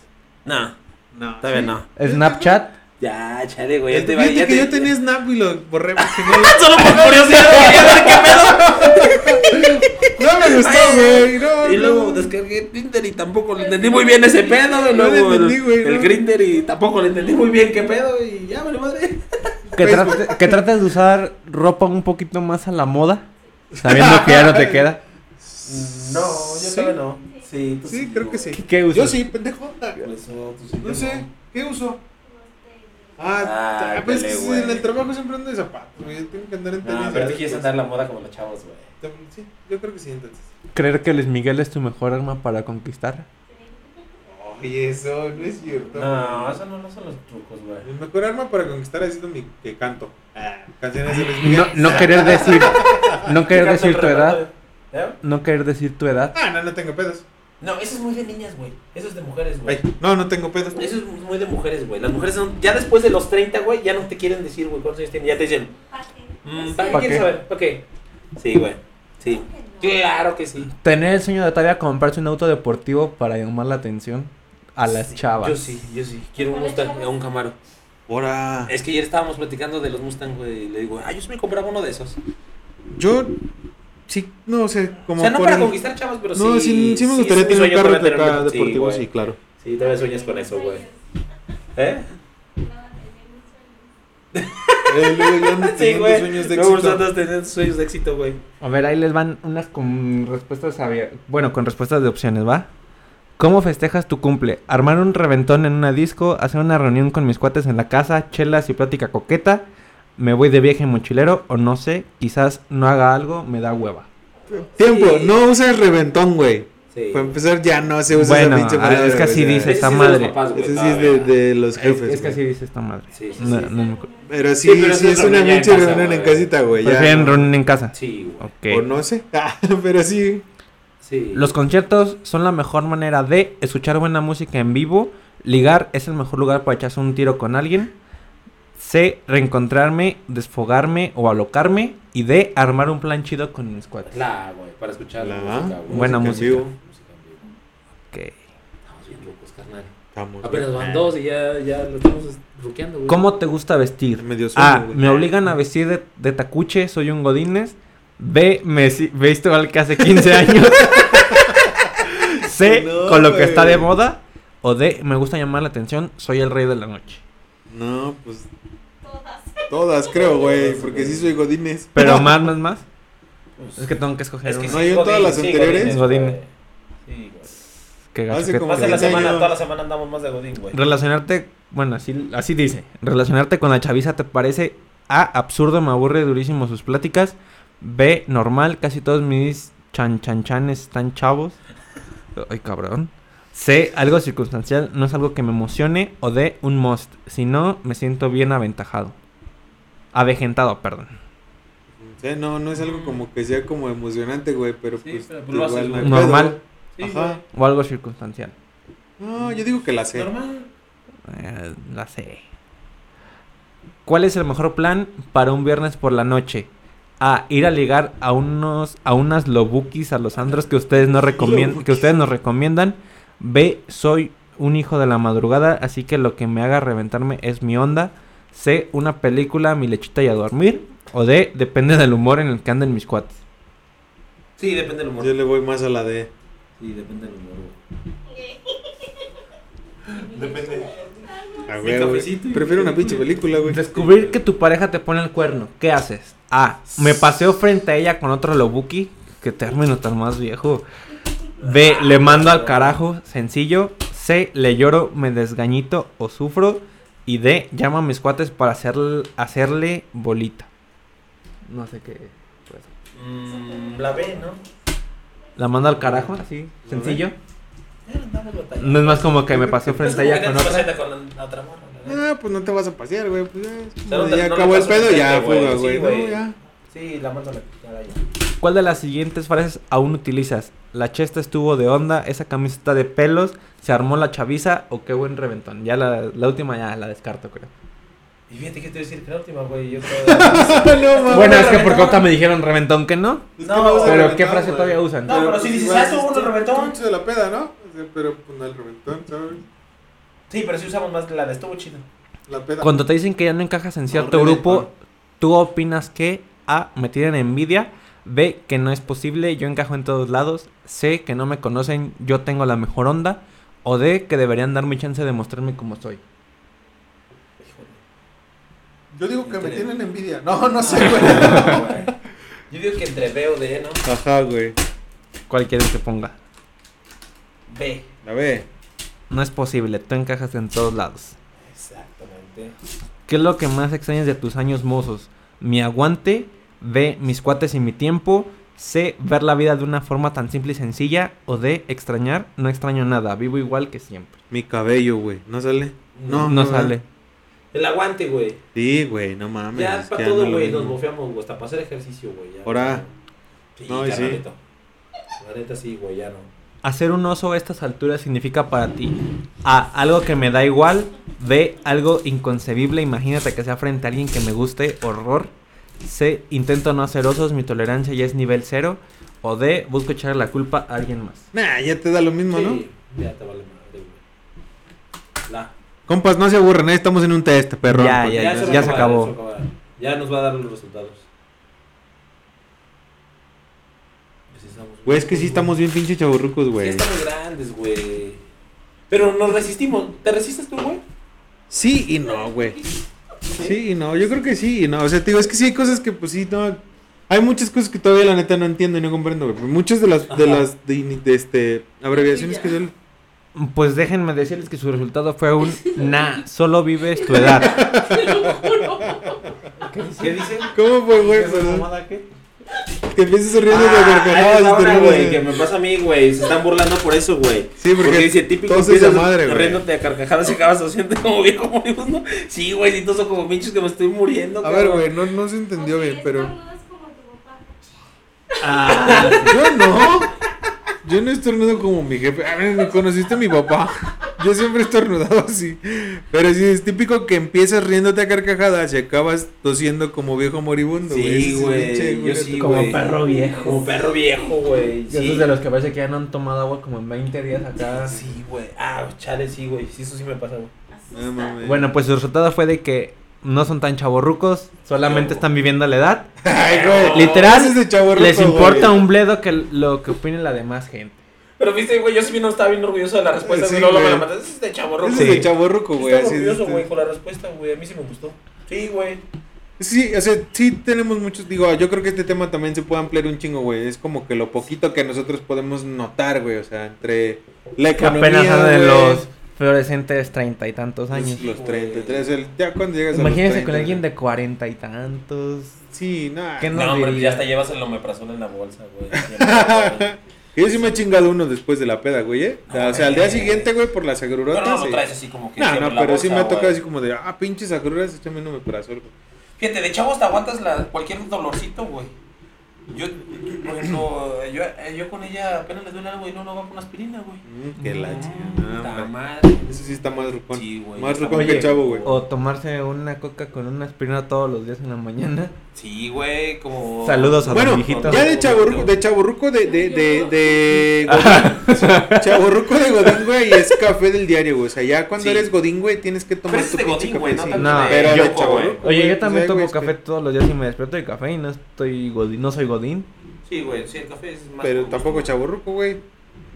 S2: No,
S4: No.
S2: todavía no.
S5: Snapchat.
S2: Ya, chale, güey. Ya
S4: Fíjate
S2: te va. Ya
S4: que
S2: te,
S4: yo tenía Snap y lo borré. porque
S2: Solo por curiosidad, quería ver qué pedo.
S4: No, no me gustó,
S2: Ay,
S4: güey. No,
S2: Y luego
S4: no.
S2: descargué Tinder y tampoco le entendí muy bien ese pedo. Y
S4: No le
S2: luego el-
S4: entendí, güey,
S2: el
S4: no.
S2: Grinder y tampoco le entendí muy bien qué pedo. Y ya, vale, madre.
S5: Que,
S4: Facebook.
S5: trate- que trates de usar ropa un poquito más a la moda. Sabiendo que ya no te queda.
S2: No,
S4: Sí.
S2: no. Sí, tú
S4: Sí, creo que
S2: güey.
S4: sí.
S5: ¿Qué
S4: Yo
S5: usas?
S4: sí, pendejo.
S2: Por eso, tú sí, yo
S4: No sé. ¿Qué uso?
S2: Ah,
S4: Ah, ah pues es que
S2: ándale,
S4: sí,
S2: güey.
S4: en el trabajo siempre ando de zapatos, güey. Tengo que andar en tenis.
S2: No, pero tú quieres andar la moda como los chavos, güey.
S4: Sí, yo creo que sí, entonces.
S5: Creer que Luis Miguel es tu mejor arma para conquistar.
S4: Oye, eso no es cierto.
S2: No, eso no, no son los trucos, güey.
S4: Mi mejor arma para conquistar ha sido mi que canto. Ah, canciones de Luis Miguel.
S5: No, no querer decir. No querer
S2: Fíjate el
S5: decir tu
S2: repertorio.
S5: edad.
S2: ¿Eh?
S5: No querer decir tu edad.
S4: Ah, no, no tengo pedos.
S2: No, eso es muy de niñas, güey. Eso es de mujeres, güey.
S4: Ay, no, no tengo pedos.
S2: Eso es muy de mujeres, güey. Las mujeres son, ya después de los 30, güey, ya no te quieren decir, güey, cuántos años tienen. Ya te dicen, mm, ¿para qué
S5: ¿Pa
S2: quieres
S5: qué?
S2: saber? Ok. Sí, güey. Sí. Claro que sí.
S5: Tener el sueño de todavía comprarse un auto deportivo para llamar la atención a las
S2: Sí,
S5: chavas.
S2: Yo sí, yo sí. Quiero un Mustang, eh, un Camaro.
S4: Ahora.
S2: Es que ayer estábamos platicando de los Mustang, güey. Y le digo, ay, yo sí me compraba uno de esos.
S4: Yo. Sí, no sé. Como
S2: o sea, no
S4: por
S2: para
S4: el-
S2: conquistar chavas, pero sí.
S4: No, sí, sí me
S2: es
S4: gustaría
S2: un
S4: tener un
S2: sueño
S4: carro
S2: todavía
S4: de acá
S2: tenerlo. Sí,
S4: deportivo,
S2: güey.
S4: sí, claro.
S2: Sí, todavía sueñas con eso, güey. ¿Eh?
S4: Eh, luego yo ando
S2: Sí,
S4: teniendo
S2: güey.
S4: sueños de
S2: Luego
S4: éxito.
S2: andas teniendo sueños de éxito, güey.
S5: A ver, ahí les van unas con respuestas abier- Bueno, con respuestas de opciones, ¿va? ¿Cómo festejas tu cumple? Armar un reventón en una disco, hacer una reunión con mis cuates en la casa, chelas y plática coqueta, me voy de viaje mochilero o no sé, quizás no haga algo, me da hueva.
S4: Tiempo,
S2: Sí.
S4: no usa el reventón, güey.
S2: Sí.
S4: Para empezar, ya no se usa esa
S5: Bueno,
S4: pinche
S5: ah,
S4: palabra.
S5: es que así
S4: güey,
S5: dice
S4: ya.
S5: esa
S2: sí es de
S5: madre.
S2: los papás, güey,
S4: Ese sí es de,
S2: todavía.
S4: de los
S5: Es,
S4: jefes.
S5: es que
S4: güey.
S5: así dice esta madre.
S2: Sí, sí,
S5: No,
S2: sí.
S5: no me acuerdo.
S4: Pero sí,
S2: Sí,
S4: sí,
S2: pero eso es
S4: es una
S2: reunión ya en
S4: pinche
S2: casa,
S4: reunión en
S2: güey.
S4: casita, güey. ya,
S5: Prefieren
S4: ¿no?
S5: reunión en casa.
S2: Sí, güey.
S5: Ok.
S4: O no sé. Ah, pero sí.
S2: Sí.
S5: Los conciertos son la mejor manera de escuchar buena música en vivo. Ligar es el mejor lugar para echarse un tiro con alguien. C. Reencontrarme, desfogarme o alocarme. Y D. Armar un plan chido con mis cuates.
S2: La, güey, para escuchar la,
S4: La,
S2: música, güey.
S5: buena
S4: en
S5: música.
S4: vivo.
S2: Música en vivo.
S5: Ok.
S2: Estamos bien locos, carnal.
S4: Estamos, güey.
S8: Apenas van dos y ya, ya lo estamos ruqueando, güey.
S5: ¿Cómo te gusta vestir?
S4: Me dio sueño,
S5: A.
S4: güey.
S5: Me obligan a vestir de, de tacuche, soy un godínez. B. Me si- visto al que hace 15 años. C.
S4: No,
S5: con lo que está de
S4: güey.
S5: moda. O D. Me gusta llamar la atención, soy el rey de la noche.
S4: No, pues
S6: Todas.
S4: todas creo, güey, porque sí soy godines.
S5: Pero más, más, más.
S2: Pues,
S5: Es que tengo que escoger
S2: que
S5: una.
S2: sí,
S4: ¿No hay en todas
S2: Godín,
S4: las
S2: sí,
S4: anteriores?
S2: Godín,
S5: Godín.
S2: güey. Sí, güey.
S5: Qué gacho
S4: Hace
S5: que-
S4: como
S2: Más de la
S4: Sí,
S2: semana,
S4: yo-
S2: toda la semana andamos más de Godín, güey.
S5: Relacionarte, bueno, así, así dice. Relacionarte con la chaviza te parece A. Absurdo, me aburre durísimo sus pláticas. B. Normal, casi todos mis chan chan chanes están chavos. Ay, cabrón. C. Algo circunstancial, no es algo que me emocione. O D. Un must. Si no, me siento bien aventajado. Avejentado, perdón.
S4: O sea, no, no es algo como que sea como emocionante, güey, pero
S8: Sí,
S4: pues
S8: pero, pues, lo haces,
S4: no hay
S8: güey.
S4: pedo.
S5: Normal.
S8: Sí,
S4: Ajá.
S5: O algo circunstancial.
S4: No, yo digo que la sé.
S8: güey. Normal.
S5: Eh, la sé. ¿Cuál es el mejor plan para un viernes por la noche? A. Ir a ligar a unos, a unas lobukis, a los andros que ustedes no recomiendan, que ustedes nos recomiendan. B. Soy un hijo de la madrugada, así que lo que me haga reventarme es mi onda. C. Una película, mi lechita y a dormir. O D. Depende del humor en el que anden mis cuates.
S2: Sí, depende del humor.
S4: Yo le voy más a la D.
S2: Sí, depende del humor, güey.
S4: A
S2: El
S4: ver, güey.
S2: cafecito y-
S4: Prefiero una pinche película, güey.
S5: Descubrir que tu pareja te pone el cuerno. ¿Qué haces? A. Me paseo frente a ella con otro lobuki. Qué término tan más viejo. B. Le mando al carajo. Sencillo. C. Le lloro, me desgañito o sufro. Y D. Llamo a mis cuates para hacer, hacerle bolita. No sé qué. pues.
S2: Mm, la B, ¿no?
S5: La mando al carajo, así.
S4: ¿Lo
S5: Sencillo.
S2: Ya andamos batallando.
S5: No es más como que me paseo frente a
S2: Es como
S5: ella
S2: que
S5: con
S8: Pues,
S2: andas
S5: otra.
S2: paseando con la otra morra, la verdad.
S4: Ah, pues no te vas a pasear, güey. Pues ya, es como
S2: Pero
S4: de
S2: no-
S4: ya
S2: no
S4: acabó
S2: le
S4: el
S2: pasas
S4: pedo,
S2: el
S4: ya
S2: pedo, güey.
S4: fuga,
S2: Sí,
S4: güey.
S2: güey.
S4: No, ya.
S2: Sí, la mando a la carajo.
S5: ¿Cuál de las siguientes frases aún utilizas? La chesta estuvo de onda, esa camiseta de pelos, se armó la chaviza o qué buen reventón. Ya la, la última ya la descarto, creo.
S2: Y fíjate que te voy a decir que la última, güey. Yo creo.
S4: No, mames.
S5: Bueno, es que por otra me dijeron reventón que no.
S4: Es que
S2: No,
S4: me vas a
S5: Pero ¿qué
S4: reventar,
S5: frase
S4: güey.
S5: todavía usan?
S2: No, pero si dices,
S4: pues igual, este
S2: "Ah, estuvo
S4: tú-
S2: un reventón".
S4: tú de la peda, ¿no? O sea, pero pues no el reventón, ¿sabes?
S2: Sí, pero sí usamos más la de estuvo chido.
S4: La peda.
S5: Cuando te dicen que ya no encajas en cierto
S4: reventón.
S5: grupo, ¿tú opinas que A, me tienen envidia? B, que no es posible, yo encajo en todos lados. C, que no me conocen, yo tengo la mejor onda. O D, que deberían darme chance de mostrarme como soy.
S4: Yo digo que me
S2: Entre-
S4: tienen envidia. No, no sé, güey.
S2: Yo digo que entre B o D, ¿no?
S4: Ajá, güey.
S5: ¿Cuál quieres que ponga?
S2: B.
S4: A ver.
S5: No es posible, tú encajas en todos lados.
S2: Exactamente.
S5: ¿Qué es lo que más extrañas de tus años mozos? Mi aguante, B, mis cuates y mi tiempo, C, ver la vida de una forma tan simple y sencilla, o D, extrañar, no extraño nada, vivo igual que siempre.
S4: Mi cabello, güey. ¿No sale?
S5: No,
S4: no, ¿verdad?
S5: sale.
S2: El aguante, güey.
S4: Sí, güey, no mames.
S2: Ya
S4: es
S2: para
S4: que
S2: todo,
S4: ando
S2: güey,
S4: lo
S2: nos
S4: mismo.
S2: bofeamos, güey, hasta para hacer ejercicio, güey. ya.
S4: Ahora.
S2: Sí,
S4: No,
S2: no,
S4: y
S2: la
S4: sí.
S2: neta. La neta sí, güey, ya no.
S5: Hacer un oso a estas alturas significa para ti A, algo que me da igual, B, algo inconcebible, imagínate que sea frente a alguien que me guste, horror, C, intento no hacer osos, mi tolerancia ya es nivel cero, o D, busco echar la culpa a alguien más.
S4: Nah, ya te da lo mismo, ¿no?
S2: Sí, ya te vale madre, güey. La.
S4: Compas, no se aburren, ahí estamos en un test, perro.
S5: Ya, pues, ya, ya,
S2: va
S5: ya
S2: a
S5: se
S2: acabar,
S5: acabó.
S2: ya se va a acabar. Ya nos va a dar los resultados. Pues sí estamos
S4: Güey, es que sí estamos bien pinche chaburrucos,
S2: Sí
S4: güey.
S2: estamos grandes, güey. Pero nos resistimos. ¿Te resistes tú, güey?
S4: Sí y no, güey. Sí y no, yo creo que sí y no. O sea, te digo, es que sí hay cosas que, pues sí, no. Hay muchas cosas que todavía la neta no entiendo y no comprendo, güey. Muchas de las, de
S2: Ajá.
S4: las, de, de este, abreviaciones que son.
S5: Pues déjenme decirles que su resultado fue un nah, solo vives tu edad.
S2: ¿Qué dicen?
S4: ¿Cómo fue, güey? Perdón. Que empieces riendo de
S2: Ah,
S4: carcajadas
S2: es la
S4: y
S2: hora,
S4: terminas
S2: güey,
S4: de-
S2: que me pasa a mí, güey. Se están burlando por eso, güey.
S4: Sí, porque
S2: dice típico
S4: todos
S2: empiezas
S4: esa madre, güey.
S2: riéndote a carcajadas y acabas haciendo como viejo moribundo. Sí, güey, sí, todos son como pinches que me estoy muriendo.
S4: A ver,
S2: cabrón.
S4: güey, no, no se entendió
S6: Ok,
S4: bien, pero.
S6: estornudo es como tu papá.
S4: Yo no. Yo no estornudo como mi jefe. A ver, ¿me conociste a mi papá? Yo siempre he estornudado así. Pero sí, es típico que empiezas riéndote a carcajadas y acabas tosiendo como viejo moribundo, güey. Ese
S2: Sí,
S4: es un che,
S2: güey. Yo
S4: güey,
S2: sí,
S5: Como
S2: güey.
S5: perro viejo.
S2: Como perro viejo, güey.
S5: Yo
S2: Sí.
S5: soy de los que parece que ya no han tomado agua como en 20 días acá.
S2: Sí, güey. Ah, chale, sí, güey. Sí, eso sí me pasa, güey.
S6: Asusta.
S4: No mames.
S5: Bueno, pues su resultado fue de que no son tan chaborrucos, solamente
S2: No.
S5: están viviendo la edad.
S4: Ay, güey.
S5: Literal,
S4: Ese es de chavo
S5: Les
S4: roco,
S5: importa
S4: güey.
S5: un bledo que lo que opine la demás gente.
S2: Pero viste, güey, yo sí no estaba bien orgulloso de la respuesta.
S4: Sí,
S2: Sí, luego luego me la
S4: güey.
S2: matas. Es de chavo rojo.
S4: Ese es de chavo roco, güey.
S2: Estaba
S4: así de
S2: orgulloso,
S4: este.
S2: güey, con la respuesta, güey. A mí sí me gustó. Sí, güey.
S4: Sí, o sea, sí tenemos muchos. Digo, yo creo que este tema también se puede ampliar un chingo, güey. Es como que lo poquito que nosotros podemos notar, güey. O sea, entre la
S5: Que
S4: economía.
S5: apenas son de
S4: güey,
S5: los fluorescentes treinta y tantos años.
S4: Los 33. el- ya cuando llegas
S5: Imagínense
S4: a los 30,
S5: con alguien de cuarenta y tantos.
S4: Sí, nada.
S5: ¿Qué
S2: No,
S5: nos
S4: pues
S2: hombre,
S5: diría?
S2: ya hasta llevas el omeprazol en la bolsa, güey. Siempre,
S4: Yo sí me he chingado uno después de la peda, güey, ¿eh? O
S5: Ah,
S4: sea, o sea, al día siguiente, güey, por las
S2: güey.
S4: agrurotas.
S2: Pero no lo
S4: sí.
S2: traes así como que.
S4: No,
S2: siempre
S4: no,
S2: en la
S4: pero sí me
S2: bolsa,
S4: ha tocado
S2: güey.
S4: así como de, ah, pinches agruras, échame un omeprazol, güey.
S2: Fíjate, de chavos te aguantas la- cualquier dolorcito, güey. Yo, por ejemplo, yo, eh, yo con ella apenas le duele algo y no, no va con aspirina, güey.
S4: Mm, que la
S2: Puta
S4: chingada. hombre.
S2: madre.
S4: Eso sí está más rucón.
S2: Sí, güey,
S4: más
S2: está
S4: rucón
S5: muy-
S4: que el chavo, güey.
S5: O tomarse una coca con una aspirina todos los días en la mañana.
S2: Sí, güey, como...
S5: Saludos a
S4: Oh. Bueno,
S5: don Viejito.
S4: ya de chaburruco, de chaburruco de, de, de, de Godín, chaburruco de Godín, güey, y es café del diario, güey. O sea, ya cuando
S2: Sí.
S4: eres Godín, güey, tienes que
S2: Pero
S4: tomar
S2: ese es de
S4: pinche
S2: Godín, güey, no
S4: cafecito.
S2: tanto
S5: No,
S2: de
S4: pero de
S2: Yoko,
S4: chaburruco,
S2: güey.
S5: Oye,
S4: güey,
S5: yo
S4: pues,
S5: también
S4: ay, güey,
S5: tomo
S4: es que-
S5: café todos los días y me despierto de café y no estoy godín, no soy godín.
S2: Sí, güey, sí, el café es más...
S4: Pero
S2: por gusto.
S4: tampoco chaburruco, güey.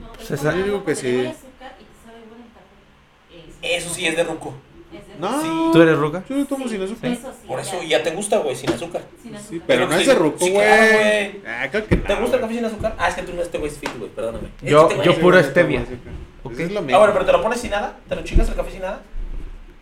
S6: No, te
S5: Se
S6: sabe
S5: sale-
S6: bueno,
S4: digo que
S6: te lleva
S4: sí.
S6: azúcar y te sabe bueno el café.
S2: Eso sí es de ruco.
S6: Es de-
S4: No.
S6: Sí,
S5: ¿Tú eres ruca?
S4: Yo lo tomo sin azúcar.
S6: eso sí,
S2: Por eso ya te gusta, güey, sin azúcar.
S6: sin azúcar.
S4: Sí, pero
S2: Creo
S4: no
S2: que
S4: es de
S2: sí.
S4: ruco,
S2: Sí,
S4: güey.
S2: claro, güey.
S4: Ah, creo que no.
S2: ¿Te gusta el
S4: güey.
S2: café sin azúcar? Ah, es que tú no, este güey es fit, güey, perdóname.
S5: Yo-
S2: Este güey
S5: yo
S2: es-
S5: puro
S4: Sí,
S5: stevia.
S4: no tomo azúcar.
S5: Ok.
S4: Eso Pues Es lo
S2: Ah,
S4: mismo.
S2: bueno, pero te lo pones sin nada, te lo chingas el café sin nada.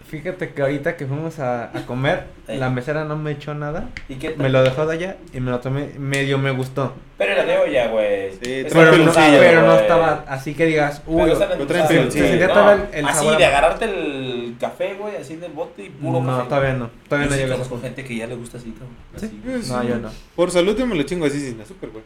S5: Fíjate que ahorita que fuimos a, a comer,
S2: Eh.
S5: la mesera no me echó nada.
S2: ¿Y qué tal?
S5: Me lo dejó de allá y me lo tomé, medio me gustó.
S2: Pero era de olla, güey.
S4: Sí,
S2: Está
S4: Pero
S5: Pero, no,
S4: peloncillo,
S2: endulzado,
S5: pero no
S2: güey.
S5: estaba así que digas, uy,
S2: Pero estaba
S4: lo traen
S2: endulzado, güey.
S4: peloncillo. Sí,
S5: ya
S2: No,
S5: estaba el- el
S2: Así
S5: sabor.
S2: de agarrarte el café, güey, así del bote y puro
S5: no,
S2: café.
S5: todavía no, todavía no
S2: Yo pues, sí
S5: llega.
S2: conozco gente que ya le gusta así, cabrón. Así, güey.
S4: Yo sí.
S5: No, yo no.
S4: Por salud yo me lo chingo así sin azúcar, güey.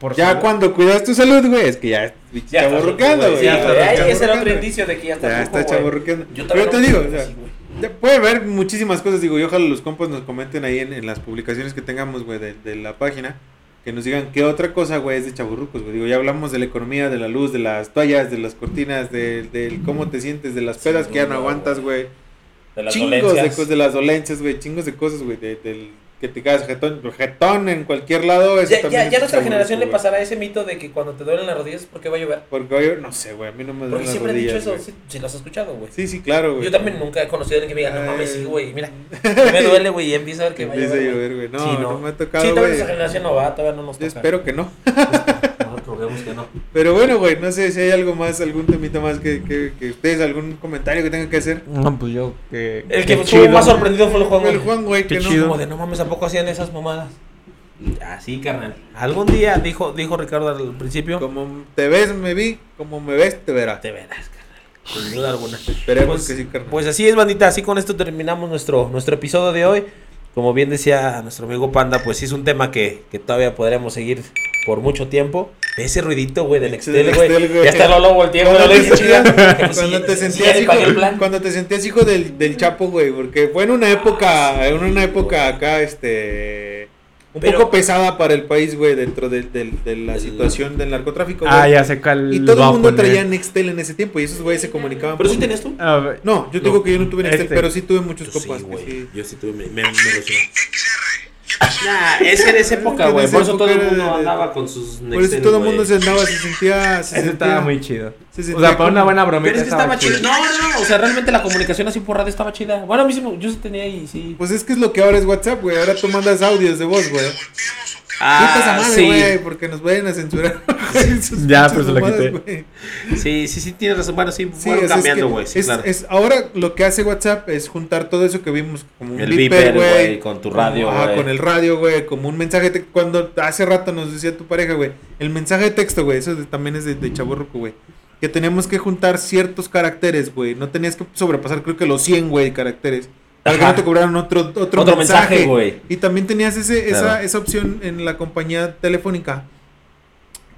S5: Por
S4: Ya
S5: salud.
S4: cuando cuidas tu salud, güey, es que ya
S2: Ya
S4: está
S2: está
S4: borroqueando, güey.
S2: ruco, Sí,
S5: Ya está
S2: güey. Ahí
S4: chaborrucando.
S2: es el otro indicio de que ya está
S4: Ya
S2: ruco,
S4: está
S2: güey.
S4: chaborruqueando.
S2: Yo
S4: Pero
S2: también
S4: te
S2: no
S4: digo,
S2: me
S4: o sea,
S2: así, güey.
S4: Ya puede haber muchísimas cosas, digo, y ojalá los compas nos comenten ahí en, en las publicaciones que tengamos, güey, de, de la página, que nos digan qué otra cosa, güey, es de chaburrucos, güey. Digo, ya hablamos de la economía, de la luz, de las toallas, de las cortinas, de- del cómo te sientes, de las
S2: Sin
S4: pedas que ya no
S2: duda,
S4: aguantas,
S2: güey.
S4: güey.
S2: De las
S4: Chingos de
S2: dolencias.
S4: cosas, de las dolencias, güey, chingos de cosas, güey, de- del que te quedas jetón, jetón en cualquier lado. Eso
S2: Ya, ya,
S4: también
S2: ya
S4: es de
S2: a nuestra
S4: chavorruco,
S2: generación le
S4: güey.
S2: pasará ese mito de que cuando te duelen las rodillas es porque va a llover.
S4: Porque, oye, no sé, güey, a mí no me duelen
S2: Porque
S4: las
S2: siempre he dicho
S4: rodillas,
S2: eso,
S4: güey.
S2: si, si lo has escuchado, güey.
S4: Sí, sí, claro, güey.
S2: Yo también nunca he conocido a alguien que me diga, no mames,
S4: Ay.
S2: sí, güey, mira, me duele, güey, y empieza a ver
S4: Que
S2: que va
S4: empieza a
S2: güey.
S4: llover, güey. No,
S2: Sí,
S4: no. me ha tocado,
S2: Sí, todavía
S4: güey.
S2: nuestra generación no va, todavía no nos
S4: Yo
S2: toca.
S4: espero que no.
S2: No, roguemos que no.
S4: Pero bueno, güey, no sé si hay algo más, algún temita más que, que, que ustedes, algún comentario que tengan que hacer.
S5: No, pues yo que.
S2: El
S5: qué
S2: que estuvo
S5: chido.
S2: más sorprendido fue el Juan,
S4: El
S2: güey.
S4: Juan, güey, que
S5: Qué
S4: no.
S5: chido.
S2: Como de, no mames, ¿a poco hacían esas mamadas? Así, carnal. Algún día, dijo, dijo Ricardo al principio,
S4: Como te ves, me vi. Como me ves, te verás.
S2: te verás, carnal. Sin duda alguna.
S4: Esperemos
S2: Pues-
S4: que sí, carnal.
S2: Pues así es, bandita. Así con esto terminamos nuestro, nuestro episodio de hoy. Como bien decía nuestro amigo Panda, pues sí es un tema que, que todavía podremos seguir por mucho tiempo. Ese ruidito, güey, del
S4: Sí,
S2: Excel,
S4: del Excel,
S2: güey.
S4: güey.
S2: Ya está Lolo volteando.
S4: Cuando
S2: Lolo
S4: te
S2: dice,
S4: sentías-
S2: "Chinga". Pues
S4: Cuando
S2: sí,
S4: te
S2: sí, ya
S4: sentías
S2: le
S4: hijo,
S2: pagué el plan.
S4: cuando te sentías hijo del, del Chapo, güey, porque fue en una época, en una época acá, este, un
S2: Pero-
S4: poco pesada para el país, güey, dentro de, de- de la
S2: Del-
S4: situación del narcotráfico. güey.
S5: Ah, ya sé cuál.
S4: Y todo
S5: voy a
S4: el mundo
S5: poner. Ah,
S4: traía Nextel en ese tiempo y esos güeyes se comunicaban.
S2: Pero
S4: por-
S2: sí tenías tú.
S5: A ver,
S4: No, yo te digo que yo no tuve Nextel,
S5: Este.
S4: pero sí tuve muchos
S2: Yo sí,
S4: copas. que
S2: güey.
S4: sí.
S2: Yo sí tuve. Me, me, me lo llevé. Nah, es que en esa época,
S4: En
S2: güey.
S4: esa
S2: Por eso
S4: época
S2: todo el
S4: era
S2: mundo
S4: de-
S2: andaba con sus
S4: Por eso
S2: Nextel,
S4: todo el
S2: güey.
S4: mundo se andaba, se sentía. Se
S5: Ese
S4: sentía
S5: estaba muy chido.
S4: se
S5: o
S4: sentía
S5: sea, para una
S4: como-
S5: buena bromita.
S2: Pero es que estaba chido. No, no, no. O sea, realmente la comunicación así por radio estaba chida. Bueno, a mí sí, me- yo sí tenía ahí, sí.
S4: Pues es que es lo que ahora es WhatsApp, güey. Ahora tú mandas audios de voz, güey. Quita esa
S2: Ah,
S4: madre, güey, porque nos vayan a censurar. Sus
S5: Ya,
S4: pinches
S5: pues, lo
S4: mamadas,
S5: quité.
S4: güey.
S2: Sí, sí, sí, tienes razón. Bueno, sí,
S4: Sí,
S2: fueron
S4: o sea, es
S2: cambiando,
S4: que
S2: güey. Sí,
S4: es-
S2: claro.
S4: es- ahora lo que hace WhatsApp es juntar todo eso que vimos como un
S2: El beeper, güey, con tu
S4: como-
S2: radio,
S4: ajá,
S2: güey.
S4: con el radio, güey, como un mensaje. te- cuando hace rato nos decía tu pareja, güey, el mensaje de texto, güey, eso de- también es de, de chaborruco, güey. Que teníamos que juntar ciertos caracteres, güey. No tenías que sobrepasar, creo que los 100, güey, caracteres. Para que
S2: Ajá.
S4: no te cobraran otro, otro,
S2: Otro mensaje, güey.
S4: Y también tenías ese, esa,
S2: Claro.
S4: esa opción en la compañía telefónica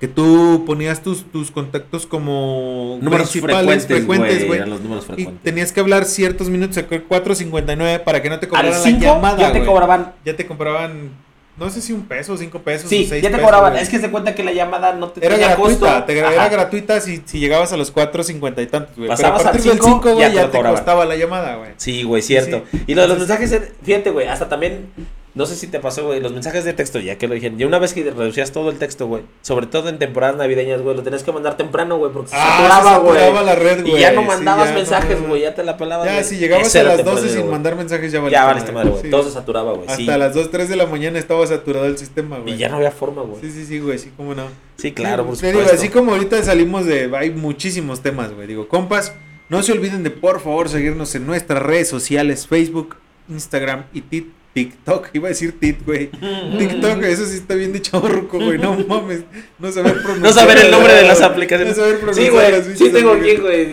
S4: que tú ponías tus, tus contactos como
S3: Números
S4: principales,
S3: frecuentes,
S4: frecuentes, güey.
S3: Eran los números
S4: Y
S3: frecuentes.
S4: tenías que hablar ciertos minutos, acá 4.59 para que no te
S3: Al
S4: cobraran la
S3: 5
S4: llamada.
S3: ya te
S4: güey.
S3: cobraban.
S4: Ya te cobraban, no sé si un peso, cinco pesos,
S3: Sí,
S4: o seis
S3: ya te
S4: pesos,
S3: cobraban.
S4: güey.
S3: Es que se cuenta que la llamada no te
S4: Era
S3: tenía
S4: gratuita,
S3: costo.
S4: te, gra-
S3: Ajá.
S4: era gratuita si, si llegabas a los 4.50 y tantos, güey. Pero a
S3: Pasabas al
S4: partir del
S3: cinco,
S4: 5,
S3: ya
S4: güey,
S3: te
S4: ya
S3: lo
S4: te
S3: cobraban.
S4: costaba la llamada, güey.
S3: Sí, güey, cierto.
S4: Sí.
S3: Y lo de los
S4: Entonces-
S3: mensajes, de- fíjate, güey, hasta también, no sé si te pasó, güey, los mensajes de texto, ya que lo dije, ya una vez que reducías todo el texto, güey, sobre todo en temporadas navideñas, güey, lo tenías que mandar temprano, güey, porque se
S4: Ah, se
S3: saturaba, güey.
S4: saturaba la red, güey.
S3: Y ya no
S4: sí,
S3: mandabas
S4: ya no
S3: mensajes,
S4: mandaba-
S3: güey, ya te la pelabas.
S4: Ya,
S3: güey.
S4: si llegabas
S3: Ese
S4: a
S3: era
S4: las
S3: temprano,
S4: 12 sin
S3: güey.
S4: mandar mensajes, ya valiste
S3: Ya valiste madre, güey,
S4: Sí.
S3: todo se saturaba, güey,
S4: Hasta
S3: sí.
S4: las 2, 3 de la mañana estaba saturado el sistema, güey.
S3: Y ya no había forma, güey.
S4: Sí, sí, sí, güey, sí, cómo no.
S3: Sí, claro, por
S4: Sí, te digo,
S3: supuesto.
S4: así como ahorita salimos de. Hay muchísimos temas, güey. Digo, compas, no se olviden de por favor seguirnos en nuestras redes sociales: Facebook, Instagram y Tik- TikTok. Iba a decir Tit, güey. TikTok, eso sí está bien de chaborruco, güey. No mames. No saber pronunciar.
S3: No saber el nombre de las
S4: güey.
S3: aplicaciones.
S4: No saber pronunciar
S3: Sí,
S4: las
S3: güey. Sí,
S4: bichas
S3: tengo aquí,
S4: aplicaciones.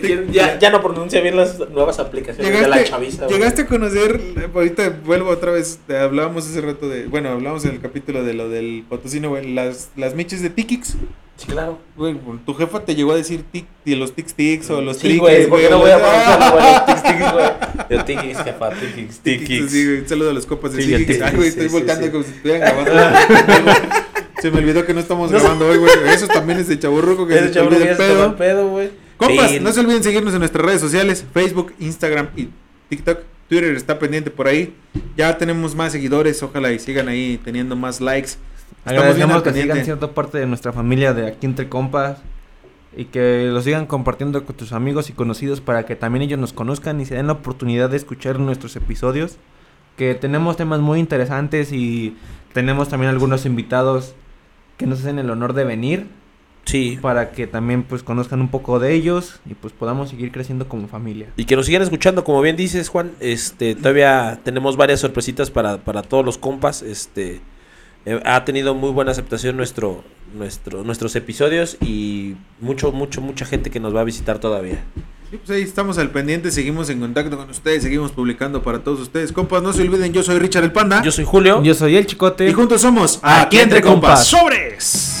S3: güey. ¿Quién- Ya, ya no pronuncia bien las nuevas aplicaciones de la
S4: Llegaste,
S3: chaviza, güey.
S4: llegaste a conocer, eh, ahorita vuelvo otra vez, te hablábamos hace rato de, bueno, hablábamos en el capítulo de lo del potosino, güey, las, las miches de Tikix,
S3: Sí, claro.
S4: güey, tu jefa te llegó a decir tic, de los tics tics o los
S3: Sí,
S4: triques,
S3: güey, porque no voy a
S4: los-
S3: pronunciar, güey, los tics, tics, güey. Yo tiquis, jefa, tiquis,
S4: Tiquis,
S3: tiquis.
S4: sí, güey, un saludo a los copas de
S3: Sí, el
S4: tiquis.
S3: tiquis,
S4: Ay,
S3: sí,
S4: güey, estoy
S3: sí,
S4: volcando
S3: sí.
S4: como si estuvieran grabando. Se me olvidó que no estamos
S3: No sé.
S4: grabando hoy, güey. Eso también es de chaburruco que
S3: Ese
S4: se te
S3: chavo
S4: olvida
S3: que
S4: el
S3: ya se tomó el
S4: pedo.
S3: pedo, güey.
S4: Compas,
S3: Sí.
S4: no se olviden seguirnos en nuestras redes sociales, Facebook, Instagram y TikTok. Twitter está pendiente por ahí. Ya tenemos más seguidores, ojalá y sigan ahí teniendo más likes. Estamos bien
S5: Agradecemos
S4: al
S5: que sigan
S4: pendiente.
S5: siendo parte de nuestra familia de aquí entre compas y que lo sigan compartiendo con tus amigos y conocidos para que también ellos nos conozcan y se den la oportunidad de escuchar nuestros episodios que tenemos temas muy interesantes y tenemos también algunos invitados que nos hacen el honor de venir
S3: Sí.
S5: para que también pues conozcan un poco de ellos y pues podamos seguir creciendo como familia.
S3: Y que nos sigan escuchando, como bien dices, Juan, este, todavía tenemos varias sorpresitas para, para todos los compas, este, eh, ha tenido muy buena aceptación nuestro, nuestro, nuestros episodios y mucho, mucho, mucha gente que nos va a visitar todavía.
S4: Sí, pues ahí estamos al pendiente, seguimos en contacto con ustedes, seguimos publicando para todos ustedes. Compas, no se olviden, yo soy Richard el Panda.
S3: Yo soy Julio.
S5: Yo soy el Chicote.
S4: y juntos somos
S5: Aquí Entre Compas.
S4: ¡Sobres!